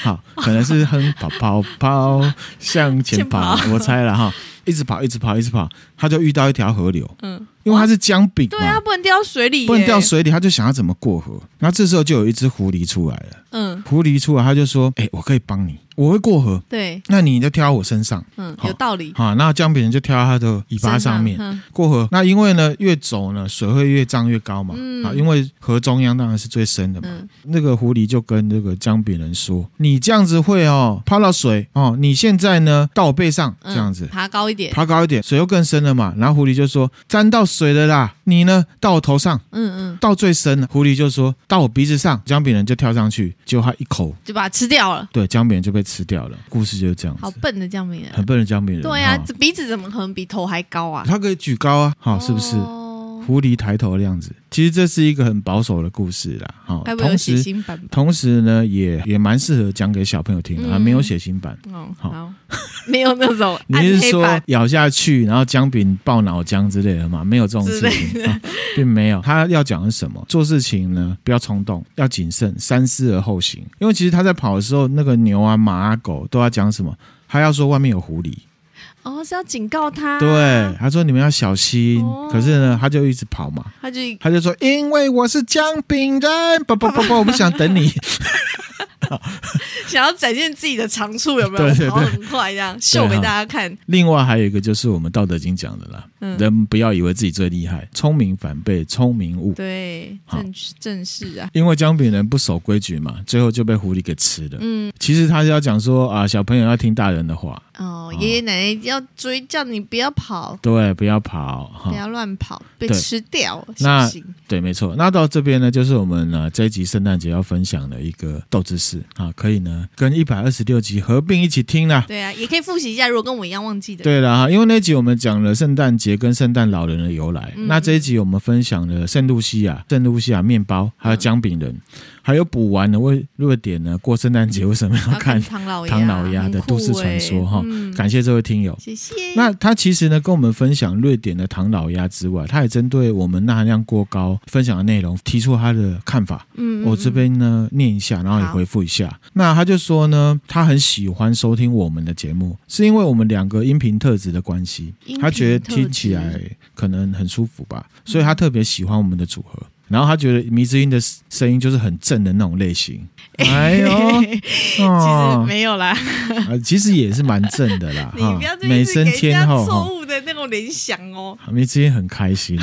S1: 好，可能是哼跑跑跑向前跑，
S2: (laughs) 前
S1: 我猜了哈。一直跑，一直跑，一直跑，他就遇到一条河流，
S2: 不好，嗯
S1: 因为它是姜饼
S2: 对啊，
S1: 嘛，
S2: 不能掉到水里，
S1: 不能掉。水里，他就想要怎么过河。然后这时候就有一只狐狸出来了，
S2: 嗯，
S1: 狐狸出来，他就说：“哎、我可以帮你，我会过河，
S2: 对，
S1: 那你就跳到我身上。
S2: 嗯，
S1: 好
S2: 有道理。
S1: 好，那姜饼就跳到他的尾巴上面。
S2: 身上嗯
S1: 过河，那因为呢，越走呢，水会越涨越高嘛。
S2: 嗯
S1: 啊，因为河中央当然是最深的嘛。
S2: 嗯
S1: 那个狐狸就跟这个姜饼人说：“你这样子会哦，泡到水哦，你现在呢到我背上这
S2: 嗯
S1: 样子。
S2: 爬高一点。
S1: 爬高一点，水又更深了嘛。然后狐狸就说：“沾到水了啦，你呢到我头上，
S2: 嗯嗯，
S1: 到最深了。”狐狸就说：“到我鼻子上。”姜饼人就跳上去，结果他一口，
S2: 就把它吃掉了。
S1: 对姜饼人就被吃掉了。故事就是这样
S2: 好
S1: 子，
S2: 笨的姜饼人。
S1: 很笨的姜饼人。
S2: 对呀、
S1: 哈
S2: 这鼻子怎么可能比头还高啊？
S1: 他可以举高啊，好、是不是？
S2: 哦
S1: 狐狸抬头的样子。其实这是一个很保守的故事啦，好、
S2: 该不会有
S1: 同
S2: 血
S1: 时
S2: 腥版吧？
S1: 同时呢，也也蛮适合讲给小朋友听的，
S2: 嗯
S1: 啊，没有血腥版。
S2: 哦，
S1: 好
S2: 好，没有那种
S1: 你
S2: 暗
S1: 是
S2: 黑
S1: 说
S2: 版
S1: 咬下去，然后姜饼爆脑浆之类的吗？没有这种
S2: 之
S1: 事
S2: 类
S1: 情，啊
S2: 的。
S1: 并没有。他要讲的是什么？做事情呢，不要冲动，要谨慎，三思而后行。因为其实他在跑的时候，那个牛啊、马啊、狗都要讲什么？他要说外面有狐狸，
S2: 哦，是要警告他。
S1: 对，，他说你们要小心。
S2: 哦
S1: 可是呢，他就一直跑嘛，
S2: 他就
S1: 他就说：“因为我是姜饼人，不不不不，我不想等
S2: (laughs)
S1: 你。
S2: 想要展现自己的长处，有没有？
S1: 对对对
S2: 跑得很快，这样秀给
S1: 对哈
S2: 大家看。”
S1: 另外还有一个就是我们《道德经》讲的啦，
S2: 嗯，
S1: 人不要以为自己最厉害，聪明反被聪明误。
S2: 对，
S1: 好
S2: 正正是啊。
S1: 因为姜饼人不守规矩嘛，最后就被狐狸给吃了。
S2: 嗯，
S1: 其实他是要讲说啊，小朋友要听大人的话，
S2: 哦，爷爷奶奶要追，叫你不要跑，
S1: 对，不要跑
S2: 不
S1: 哈。
S2: 要乱跑，被
S1: 对
S2: 吃掉，小
S1: 那
S2: 心。
S1: 对，没错。那到这边呢，就是我们呢这一集圣诞节要分享的一个斗智士啊，可以呢跟一百二十六集合并一起听啦。
S2: 对啊，也可以复习一下，如果跟我一样忘记的，
S1: 对了哈，因为那集我们讲了圣诞节跟圣诞老人的由来，
S2: 嗯
S1: 那这一集我们分享了圣露西亚、圣露西亚面包，还有姜饼人，还有补完了为热点呢过圣诞节为什么
S2: 然
S1: 要
S2: 后看
S1: 看？
S2: 唐老
S1: 唐老鸭
S2: 鸭
S1: 的都市传说哈
S2: 感
S1: 感谢这位听友。
S2: 嗯谢谢。
S1: 那他其实呢，跟我们分享瑞典的唐老鸭之外，他也针对我们钠含量过高分享的内容提出他的看法。
S2: 嗯，嗯
S1: 我这边呢念一下，然后也
S2: 好
S1: 回复一下。那他就说呢，他很喜欢收听我们的节目，是因为我们两个音频特质的关系
S2: 音频，
S1: 他觉得听起来可能很舒服吧，所以他特别喜欢我们的组合。然后他觉得迷之音的声音就是很正的那种类
S2: (laughs)
S1: 型，哎呦，
S2: 其
S1: 哦
S2: 实没有啦，
S1: 啊，其实也是蛮正的啦，
S2: (laughs) 你
S1: 哈
S2: 不要，这
S1: 美
S2: 一直
S1: 声
S2: 给人
S1: 天
S2: 家
S1: 后哦哈
S2: 错。误的那种联想哦，
S1: 好迷之音很开
S2: (laughs)
S1: 心，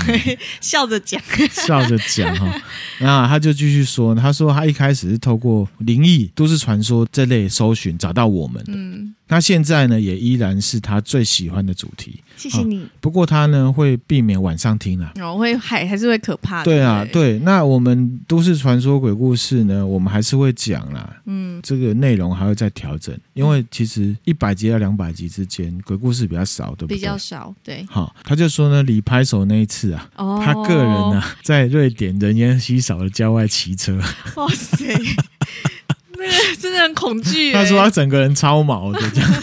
S2: 笑着讲，
S1: 笑着讲哈。 (laughs) 那他就继续说，他说他一开始是透过灵异、都市传说这类搜寻找到我们的，
S2: 嗯，
S1: 那现在呢也依然是他最喜欢的主题。
S2: 谢谢你，
S1: 不过他呢会避免晚上听啦。
S2: 哦，会还还是会可怕的，
S1: 对啊，
S2: 不，
S1: 对，那我们都市传说、鬼故事呢，我们还是会讲啦。
S2: 嗯，
S1: 这个内容还会再调整，因为其实一百集到两百集之间，鬼故事比较少，对不对？
S2: 比较少，对，
S1: 好，他就说呢，李拍手那一次啊，
S2: 哦，
S1: 他个人啊呢、，在瑞典人烟稀少的郊外骑车，
S2: 哇塞，那个真的很恐惧欸，
S1: 他说他整个人超毛的这样。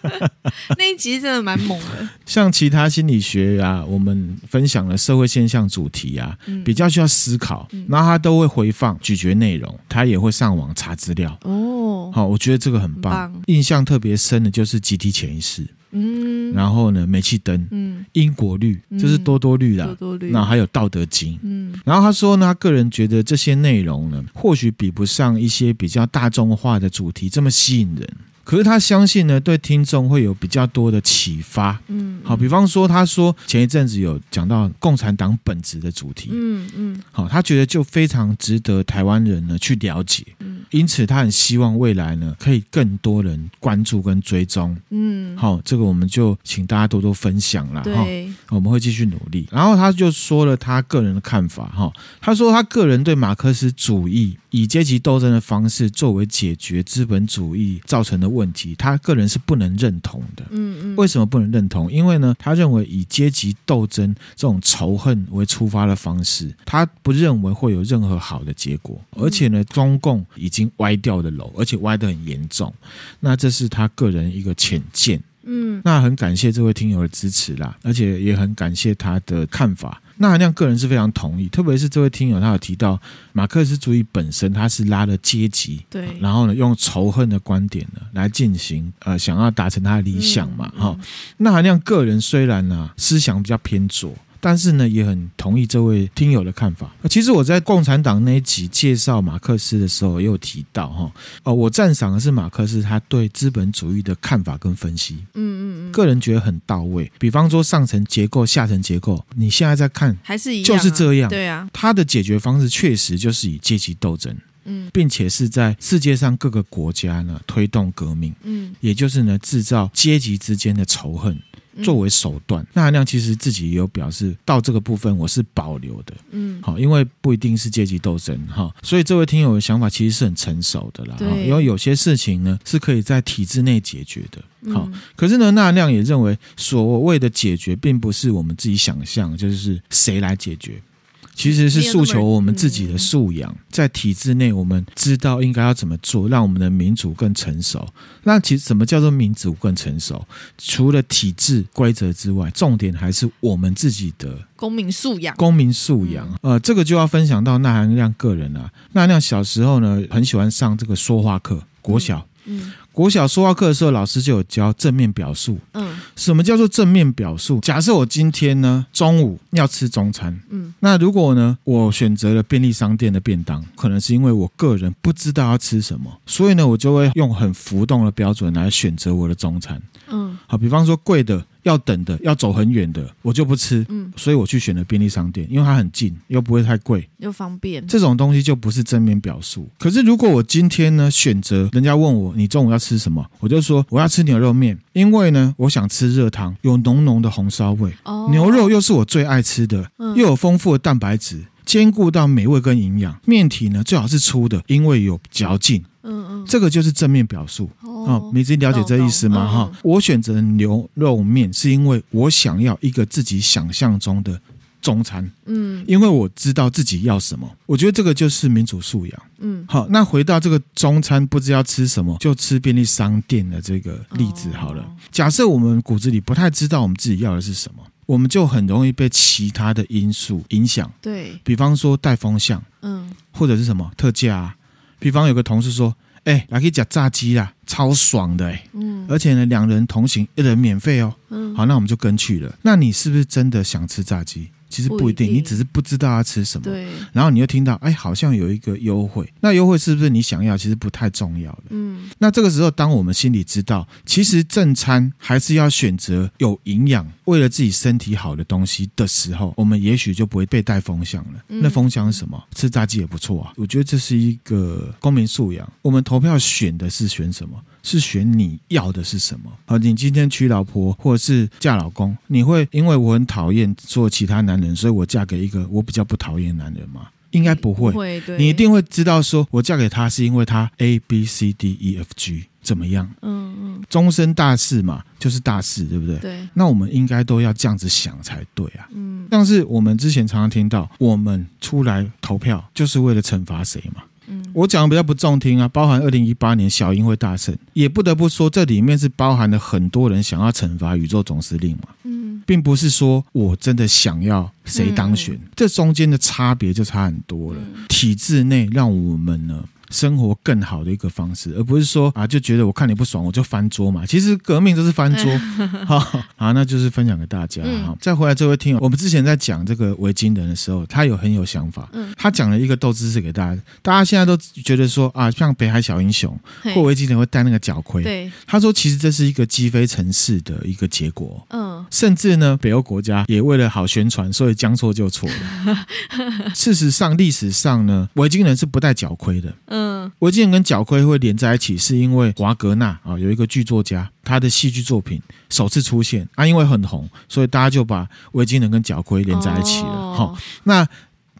S1: (laughs)
S2: 那一集真的蛮猛的，
S1: 像其他心理学啊，我们分享了社会现象主题啊，
S2: 嗯
S1: 比较需要思考
S2: 嗯，
S1: 然后他都会回放咀嚼内容，他也会上网查资料。
S2: 哦，
S1: 好，我觉得这个很棒。
S2: 很棒
S1: 印象特别深的就是集体潜意识，
S2: 嗯，
S1: 然后呢，煤气灯、
S2: 嗯，
S1: 因果律，
S2: 嗯
S1: 这是多多律
S2: 多
S1: 啦，
S2: 多绿，
S1: 那还有道德经。
S2: 嗯
S1: 然后他说呢，他个人觉得这些内容呢，或许比不上一些比较大众化的主题这么吸引人。可是他相信呢，对听众会有比较多的启发。
S2: 嗯，
S1: 好，比方说，他说前一阵子有讲到共产党本质的主题，
S2: 嗯嗯
S1: 好，他觉得就非常值得台湾人呢去了解。
S2: 嗯
S1: 因此，他很希望未来呢，可以更多人关注跟追踪。
S2: 嗯，
S1: 好，这个我们就请大家多多分享啦。哈。
S2: 对，
S1: 我们会继续努力。然后他就说了他个人的看法哈，他说他个人对马克思主义以阶级斗争的方式作为解决资本主义造成的问题，他个人是不能认同的。
S2: 嗯嗯，
S1: 为什么不能认同？因为呢，他认为以阶级斗争这种仇恨为出发的方式，他不认为会有任何好的结果。而且呢，中共已经歪掉的楼，而且歪得很严重。那这是他个人一个浅见。
S2: 嗯
S1: 那很感谢这位听友的支持啦，而且也很感谢他的看法。那含量个人是非常同意，特别是这位听友他有提到马克思主义本身，他是拉了阶级，
S2: 对
S1: 然后呢用仇恨的观点呢来进行呃想要达成他的理想嘛，
S2: 嗯
S1: 啊哈、那含量个人虽然呢、思想比较偏左。但是呢，也很同意这位听友的看法。呃其实我在共产党那一集介绍马克思的时候，也有提到哈，呃，我赞赏的是马克思他对资本主义的看法跟分析，
S2: 嗯嗯嗯，
S1: 个人觉得很到位。比方说上层结构、下层结构，你现在在看
S2: 还是一样、啊，
S1: 就是这样，
S2: 对啊，
S1: 他的解决方式确实就是以阶级斗争，
S2: 嗯
S1: 并且是在世界上各个国家呢推动革命。
S2: 嗯，
S1: 也就是呢，制造阶级之间的仇恨
S2: 嗯
S1: 作为手段。那含亮其实自己也有表示，到这个部分我是保留的，
S2: 嗯
S1: 好，因为不一定是阶级斗争哈。所以这位听友的想法其实是很成熟的啦，哈
S2: 对
S1: 因为有些事情呢是可以在体制内解决的。好，
S2: 嗯
S1: 可是呢，那含亮也认为所谓的解决，并不是我们自己想象，就是谁来解决。其实是诉求我们自己
S2: 嗯
S1: 的素养，在体制内，我们知道应该要怎么做，让我们的民主更成熟。那其实什么叫做民主更成熟？除了体制规则之外，重点还是我们自己的
S2: 公民素养，
S1: 公民素养。
S2: 嗯
S1: 呃，这个就要分享到那含亮个人了、啊那含亮小时候呢，很喜欢上这个说话课，国小。
S2: 嗯
S1: 国小说话课的时候，老师就有教正面表述。
S2: 嗯
S1: 什么叫做正面表述？假设我今天呢中午要吃中餐，
S2: 嗯
S1: 那如果呢，我选择了便利商店的便当，可能是因为我个人不知道要吃什么，所以呢，我就会用很浮动的标准来选择我的中餐。
S2: 嗯
S1: 好，比方说贵的、要等的、要走很远的，我就不吃，
S2: 嗯，
S1: 所以我去选了便利商店，因为它很近，又不会太贵。
S2: 又方便，
S1: 这种东西就不是正面表述。可是如果我今天呢，选择人家问我你中午要吃什么，我就说我要吃牛肉面，因为呢，我想吃热汤，有浓浓的红烧味。
S2: 哦，
S1: 牛肉又是我最爱吃的，
S2: 嗯
S1: 又有丰富的蛋白质，兼顾到美味跟营养。面体呢最好是粗的，因为有嚼劲，
S2: 嗯嗯，
S1: 这个就是正面表述。哦
S2: 哦，，
S1: 你自己了解这意思吗？
S2: 懂
S1: 哈、
S2: 懂嗯
S1: 我选择牛肉面是因为我想要一个自己想象中的中餐，
S2: 嗯
S1: 因为我知道自己要什么。我觉得这个就是民主素养。
S2: 嗯
S1: 好，那回到这个中餐不知道吃什么，就吃便利商店的这个例子好了。
S2: 哦
S1: 假设我们骨子里不太知道我们自己要的是什么，我们就很容易被其他的因素影响，
S2: 对，
S1: 比方说带风向，
S2: 嗯
S1: 或者是什么特价、啊。比方有个同事说：“哎、来可以讲炸鸡啦，超爽的哎、
S2: 嗯
S1: 而且呢，两人同行，一人免费哦。
S2: 嗯，
S1: 好，那我们就跟去了。那你是不是真的想吃炸鸡？其实不一定，
S2: 不一定
S1: 你只是不知道要吃什么。
S2: 对，
S1: 然后你又听到，哎，好像有一个优惠，那优惠是不是你想要？其实不太重要的。
S2: 嗯
S1: 那这个时候，当我们心里知道，其实正餐还是要选择有营养、为了自己身体好的东西的时候，我们也许就不会被带风向了。
S2: 嗯
S1: 那风向是什么？吃炸鸡也不错啊。我觉得这是一个公民素养。我们投票选的是选什么？是选你要的是什么？啊，你今天娶老婆或者是嫁老公，你会因为我很讨厌做其他男人，所以我嫁给一个我比较不讨厌的男人吗？应该不会，
S2: 会，对，
S1: 你一定会知道说，我嫁给他是因为他 A B C D E F G 怎么样，
S2: 嗯嗯
S1: 终身大事嘛，就是大事，对不对？
S2: 对，
S1: 那我们应该都要这样子想才对啊。
S2: 嗯
S1: 但是我们之前常常听到，我们出来投票就是为了惩罚谁嘛？
S2: 嗯
S1: 我讲的比较不中听啊，包含二零一八年小英会大胜，也不得不说，这里面是包含了很多人想要惩罚宇宙总司令嘛。
S2: 嗯
S1: 并不是说我真的想要谁当选，
S2: 嗯
S1: 这中间的差别就差很多了。体制内让我们呢。生活更好的一个方式，而不是说啊，就觉得我看你不爽，我就翻桌嘛。其实革命就是翻桌，
S2: (laughs)
S1: 好啊，那就是分享给大家
S2: 嗯
S1: 哈。再回来这位听友，我们之前在讲这个维京人的时候，他有很有想法，
S2: 嗯
S1: 他讲了一个斗知识给大家，大家现在都觉得说啊，像北海小英雄
S2: 嘿
S1: 或维京人会戴那个角盔，
S2: 对，
S1: 他说其实这是一个击飞城市的一个结果，
S2: 嗯
S1: 甚至呢，北欧国家也为了好宣传，所以将错就错了。事实上，历史上呢，维京人是不戴脚盔的。
S2: 嗯
S1: 维京人跟脚盔会连在一起，是因为华格纳啊、有一个剧作家，他的戏剧作品首次出现啊，因为很红，所以大家就把维京人跟脚盔连在一起了。哈、
S2: 哦
S1: 那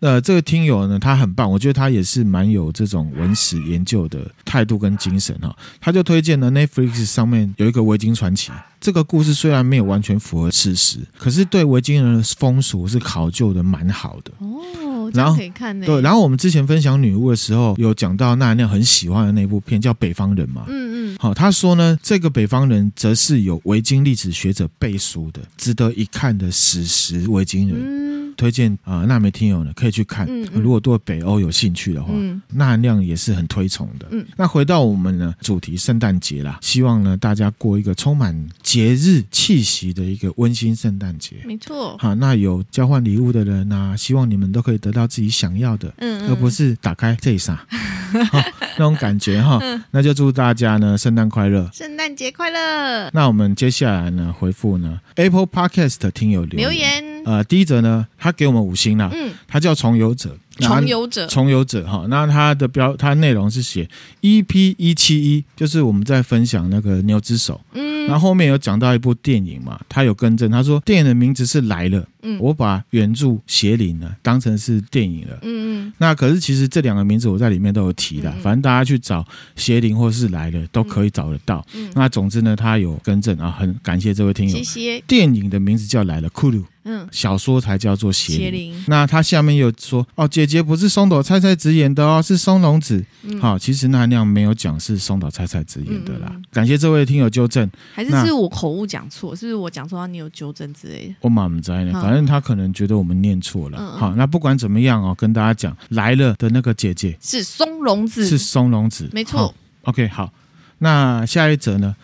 S1: 呃，这个听友呢，他很棒，我觉得他也是蛮有这种文史研究的态度跟精神哈、他就推荐了 Netflix 上面有一个维京传奇，这个故事虽然没有完全符合事实，可是对维京人的风俗是考究的蛮好的。
S2: 哦，这
S1: 然
S2: 样
S1: 后
S2: 可以看呢，
S1: 对，然后我们之前分享女巫的时候，有讲到那那很喜欢的那部片叫《北方人》嘛，
S2: 嗯嗯
S1: 好，他说呢，这个北方人则是有维京历史学者背书的，值得一看的史实维京人。
S2: 嗯
S1: 推荐啊，纳美听友呢可以去看。
S2: 嗯嗯
S1: 如果对北欧有兴趣的话，
S2: 嗯
S1: 那含量也是很推崇的。
S2: 嗯
S1: 那回到我们呢主题圣诞节啦，希望呢大家过一个充满节日气息的一个温馨圣诞节。
S2: 没错，
S1: 好，那有交换礼物的人呢、希望你们都可以得到自己想要的。
S2: 嗯，
S1: 而不
S2: 是
S1: 是打开这一
S2: (laughs)
S1: 啥、好那种感觉哈、
S2: 嗯
S1: 那就祝大家呢圣诞快乐。
S2: 圣诞节快乐，
S1: 那我们接下来呢回复呢 Apple Podcast 的听友留
S2: 留言，
S1: 呃，第一则呢，他给我们五星啦，
S2: 嗯，
S1: 他叫重游者，那他
S2: 重游者，
S1: 重游者哈，那他的标，他内容是写 EP 一七一，就是我们在分享那个牛之手，
S2: 嗯
S1: 然后后面有讲到一部电影嘛，他有更正，他说电影的名字是来了，
S2: 嗯
S1: 我把原著邪灵呢当成是电影了。
S2: 嗯
S1: 那可是其实这两个名字我在里面都有提的，
S2: 嗯嗯
S1: 反正大家去找邪灵或是来了都可以找得到。
S2: 嗯嗯，
S1: 那总之呢，他有更正啊，很感谢这位听友
S2: 谢。谢，
S1: 电影的名字叫来了库鲁，
S2: 嗯，
S1: 小说才叫做邪
S2: 邪
S1: 灵。
S2: 灵，
S1: 那他下面又说哦，姐姐不是松岛菜菜子演的哦，是松隆子。
S2: 嗯
S1: 好、其实那含量没有讲是松岛菜菜子演的啦。
S2: 嗯嗯嗯
S1: 感谢这位听友纠正，
S2: 还是
S1: 那
S2: 是我口误讲错，是不是我讲错，然后你有纠正之类的？
S1: 我满在呢，
S2: 好
S1: 反正他可能觉得我们念错了。
S2: 嗯嗯
S1: 好、那不管怎么样哦，跟大家讲，来了的那个姐姐
S2: 是松隆子，
S1: 是松隆子，
S2: 没
S1: 好
S2: 错。
S1: OK，好，那下一则呢？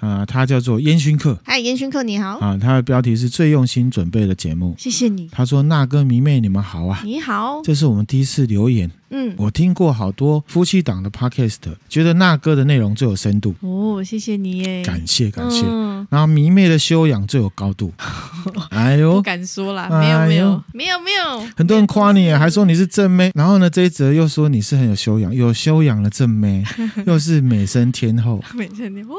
S1: 啊、它叫做烟熏客
S2: 嗨，烟熏客你好，
S1: 啊，它的标题是最用心准备的节目。
S2: 谢谢你，
S1: 他说：“那哥迷妹，你们好啊。”
S2: 你好，
S1: 这是我们第一次留言。
S2: 嗯，
S1: 我听过好多夫妻档的 podcast，觉得那哥的内容最有深度，
S2: 哦，谢谢你耶，
S1: 感谢感谢。哦
S2: 嗯
S1: 然后迷妹的修养最有高
S2: (laughs)
S1: 度。哎
S2: 不
S1: 呦，
S2: 敢说啦，没有
S1: 哎呦
S2: 没有没有没有，
S1: 很多人夸你，还说你是正妹。然后呢，这一则又说你是很有修养、有修养的正
S2: (laughs)
S1: 妹，又是美声天后。
S2: 每天
S1: (laughs)
S2: 你哦，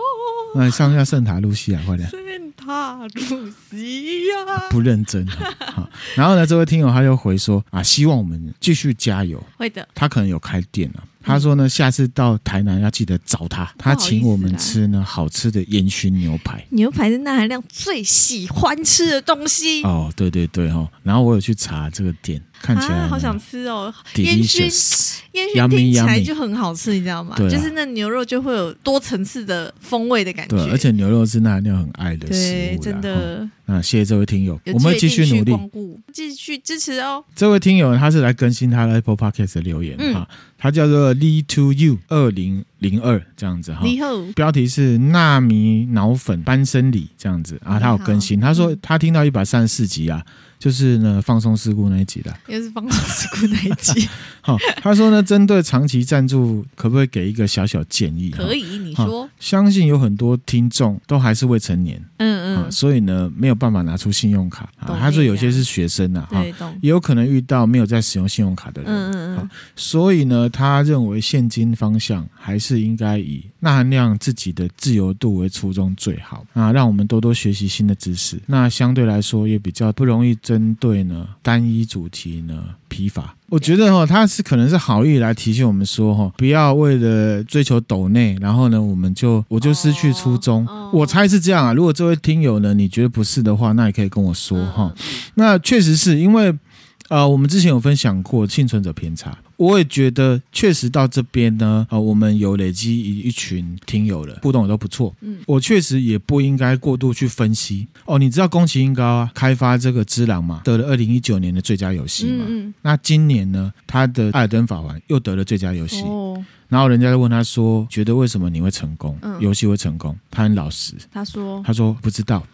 S1: 那上一下圣塔露西亚，快点。
S2: 圣塔露西亚
S1: 不认真。啊
S2: (laughs)
S1: 好，然后呢，这位听友他又回说啊，希望我们继续加油。
S2: 会的，
S1: 他可能有开店了、他说
S2: 嗯
S1: 呢，下次到台南要记得找他，他请我们吃呢好吃的烟熏牛排。
S2: 牛排是钠含量最喜欢吃的东西。
S1: 哦，对对对哦，然后我有去查这个店，看起来呢、
S2: 啊，好想吃哦！烟熏
S1: delicious，
S2: 烟
S1: Yummy,
S2: 熏听起来
S1: yummy
S2: 就很好吃，你知道吗？
S1: 对啊
S2: 就是那牛肉就会有多层次的风味的感觉，
S1: 对，而且牛肉是那料很爱的食物
S2: 对，
S1: 啦
S2: 真
S1: 哦
S2: 的。
S1: 那谢谢这位听友，
S2: 有
S1: 我们会继续努力。
S2: 力，继续支持哦。
S1: 这位听友他是来更新他的 Apple Podcast 的留言哈、
S2: 嗯
S1: 他叫做 Lee to You 二零零二这样子哈、
S2: 你好，
S1: 标题是纳米脑粉班生理这样子啊，他有更新，
S2: 好嗯
S1: 他说他听到一百三十四集啊，就是呢放松事故那一集啦。
S2: 又是方式事故那一
S1: (laughs)
S2: 集，
S1: 好、他说呢，针对长期赞助，可不可以给一个小小建议？
S2: 可
S1: 以、
S2: 以，你说，
S1: 相信有很多听众都还是未成年啊、
S2: 嗯嗯，
S1: 所以呢没有办法拿出信用卡啊
S2: 懂。
S1: 他说有些
S2: 意思啊
S1: 是学生啊，哈、
S2: 对，懂，
S1: 也有可能遇到没有在使用信用卡的人。
S2: 嗯嗯嗯，
S1: 所以呢，他认为现金方向还是应该以钠含量自己的自由度为初衷最好啊，让我们多多学习新的知识。那相对来说也比较不容易针对呢单一主题呢疲乏。我觉得哦，他是可能是好意来提醒我们说哈、哦，不要为了追求抖内，然后呢我们就我就失去初衷。
S2: 哦哦
S1: 我猜是这样啊。如果这位听友呢你觉得不是的话，那也可以跟我说哈、
S2: 嗯
S1: 那确实是因为，呃，我们之前有分享过幸存者偏差，我也觉得确实到这边呢，呃，我们有累积一一群听友了，互动也都不错。
S2: 嗯
S1: 我确实也不应该过度去分析。哦，你知道宫崎英高啊，开发这个《之狼》嘛，得了二零一九年的最佳游戏嘛。
S2: 嗯
S1: 那今年呢，他的《艾尔登法环》又得了最佳游戏，
S2: 嗯，哦，
S1: 然后人家就问他说，觉得为什么你会成功，
S2: 嗯
S1: 游戏会成功？他很老实，
S2: 他说
S1: 他说不知道，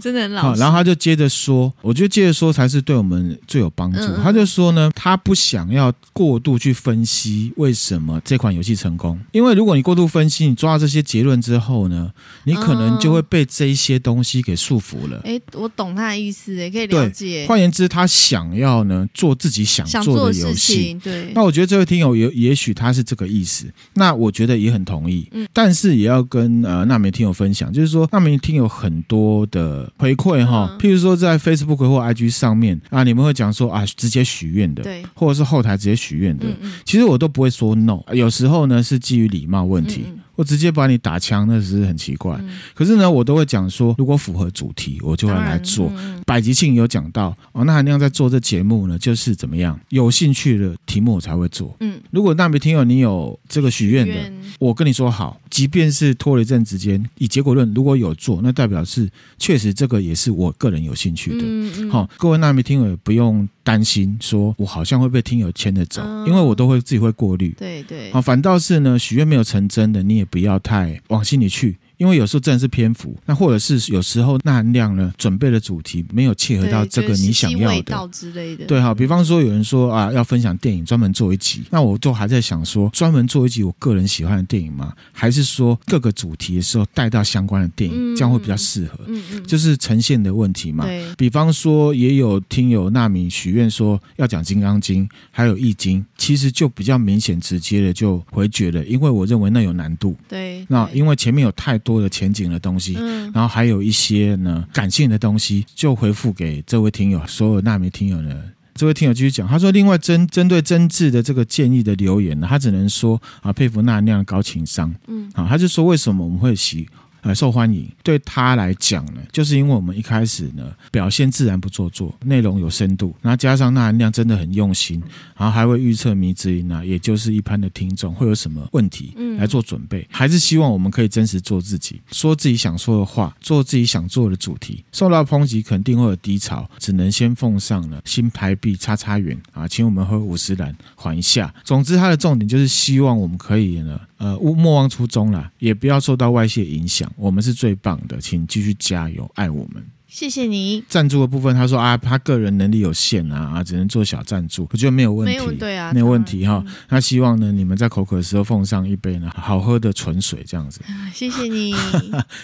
S2: 真的很
S1: 好，
S2: 老实，
S1: 然后他就接着说，我觉得接着说才是对我们最有帮助。
S2: 嗯嗯
S1: 他就说呢，他不想要过度去分析为什么这款游戏成功，因为如果你过度分析，你抓到这些结论之后呢，你可能就会被这一些东西给束缚了。
S2: 哎，我懂他的意思，哎，可以了
S1: 对
S2: 解，
S1: 换言之，他想要呢做自己想
S2: 想
S1: 做
S2: 做
S1: 的
S2: 的
S1: 游
S2: 事
S1: 戏，
S2: 情，对，
S1: 那我觉得这位听友也也许他是这个意思，那我觉得也很同意，
S2: 嗯
S1: 但是也要跟呃纳美听友分享，就是说纳美听友很多的回馈哈，
S2: 嗯
S1: 譬如说在 Facebook 或 IG 上面啊，你们会讲说啊直接许愿的，
S2: 对，
S1: 或者是后台直接许愿的。
S2: 嗯嗯
S1: 其实我都不会说 no，有时候呢是基于礼貌问题，
S2: 嗯嗯
S1: 我直接把你打枪那只是很奇怪。
S2: 嗯
S1: 可是呢，我都会讲说，如果符合主题，我就会
S2: 当
S1: 来
S2: 然
S1: 做。
S2: 嗯嗯
S1: 百吉庆有讲到哦，那含量在做这节目呢，就是怎么样有兴趣的题目我才会做。
S2: 嗯，
S1: 如果那位听友你有这个许愿的，我跟你说好，即便是拖了一阵子间，以结果论，如果有做，那代表是确实这个也是我个人有兴趣的。
S2: 嗯嗯，
S1: 好、各位那边听友也不用担心，说我好像会被听友牵着走，
S2: 嗯
S1: 因为我都会自己会过滤。
S2: 对对
S1: 好、，哦反倒是呢，许愿没有成真的，你也不要太往心里去，因为有时候真的是篇幅，那或者是有时候那含量呢，准备的主题没有切合
S2: 对
S1: 到这个
S2: 就是
S1: 你
S2: 时
S1: 想
S2: 机
S1: 要
S2: 未
S1: 的。
S2: 到之类的，
S1: 对哈，比方说有人说啊，要分享电影，专门做一集，那我都还在想说，专门做一集我个人喜欢的电影吗？还是说各个主题的时候带到相关的电影，
S2: 嗯
S1: 这样会比较适合？
S2: 嗯嗯，
S1: 就是呈现的问题嘛。
S2: 对，
S1: 比方说，也有听友纳米许愿说要讲《金刚经》，还有《易经》，其实就比较明显直接的就回绝了，因为我认为那有难度。
S2: 对，
S1: 那
S2: 对
S1: 因为前啊面有太多的前景的东西，
S2: 嗯
S1: 然后还有一些呢感性的东西，就回复给这位听友，所有纳米听友呢。这位听友继续讲，他说：“另外针针对真挚的这个建议的留言呢，他只能说啊，佩服那那样的高情商
S2: 嗯
S1: 啊。他就说为什么我们会喜呃受欢迎？对他来讲呢，就是因为我们一开始呢表现自然不做作，内容有深度，然后加上那含量真的很用心，然后还会预测迷之音啊，也就是一般的听众会有什么问题
S2: 嗯
S1: 来做准备，还是希望我们可以真实做自己，说自己想说的话，做自己想做的主题。受到抨击肯定会有低潮，只能先奉上了新台币叉叉元啊，请我们喝五十兰缓一下。总之，它的重点就是希望我们可以呢，呃，勿莫忘初衷啦，也不要受到外界影响，我们是最棒的，请继续加油，爱我们。
S2: 谢谢你，
S1: 赞助的部分，他说啊，他个人能力有限啊，啊，只能做小赞助，我觉得没有问
S2: 没
S1: 题。
S2: 有对啊，
S1: 没有
S2: 当
S1: 问
S2: 然
S1: 题哈、那希望呢，你们在口渴的时候奉上一杯呢好喝的纯水，这样子。
S2: 嗯谢谢
S1: (laughs)
S2: 你，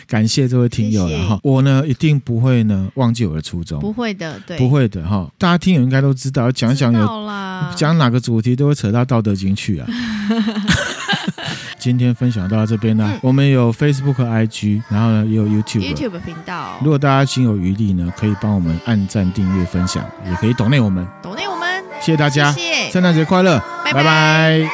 S1: 感谢这位听友了
S2: 谢谢
S1: 哈，我呢一定不会呢忘记我的初衷，
S2: 不会的，对，
S1: 不会的哈。大家听友应该都知道，讲一讲
S2: 知
S1: 有
S2: 道啊啦，
S1: 讲哪个主题都会扯到《道德经》
S2: (laughs)
S1: 去啊。今天分享到这边呢、
S2: 嗯
S1: 我们有 Facebook、IG，然后呢也有 YouTube。
S2: YouTube 频道
S1: 如，果大家心有余力呢，可以帮我们按赞、订阅、分享，也可以懂内我们。
S2: 懂内我们，
S1: 谢谢大家，
S2: 谢谢，
S1: 圣诞节快乐，拜
S2: 拜
S1: 拜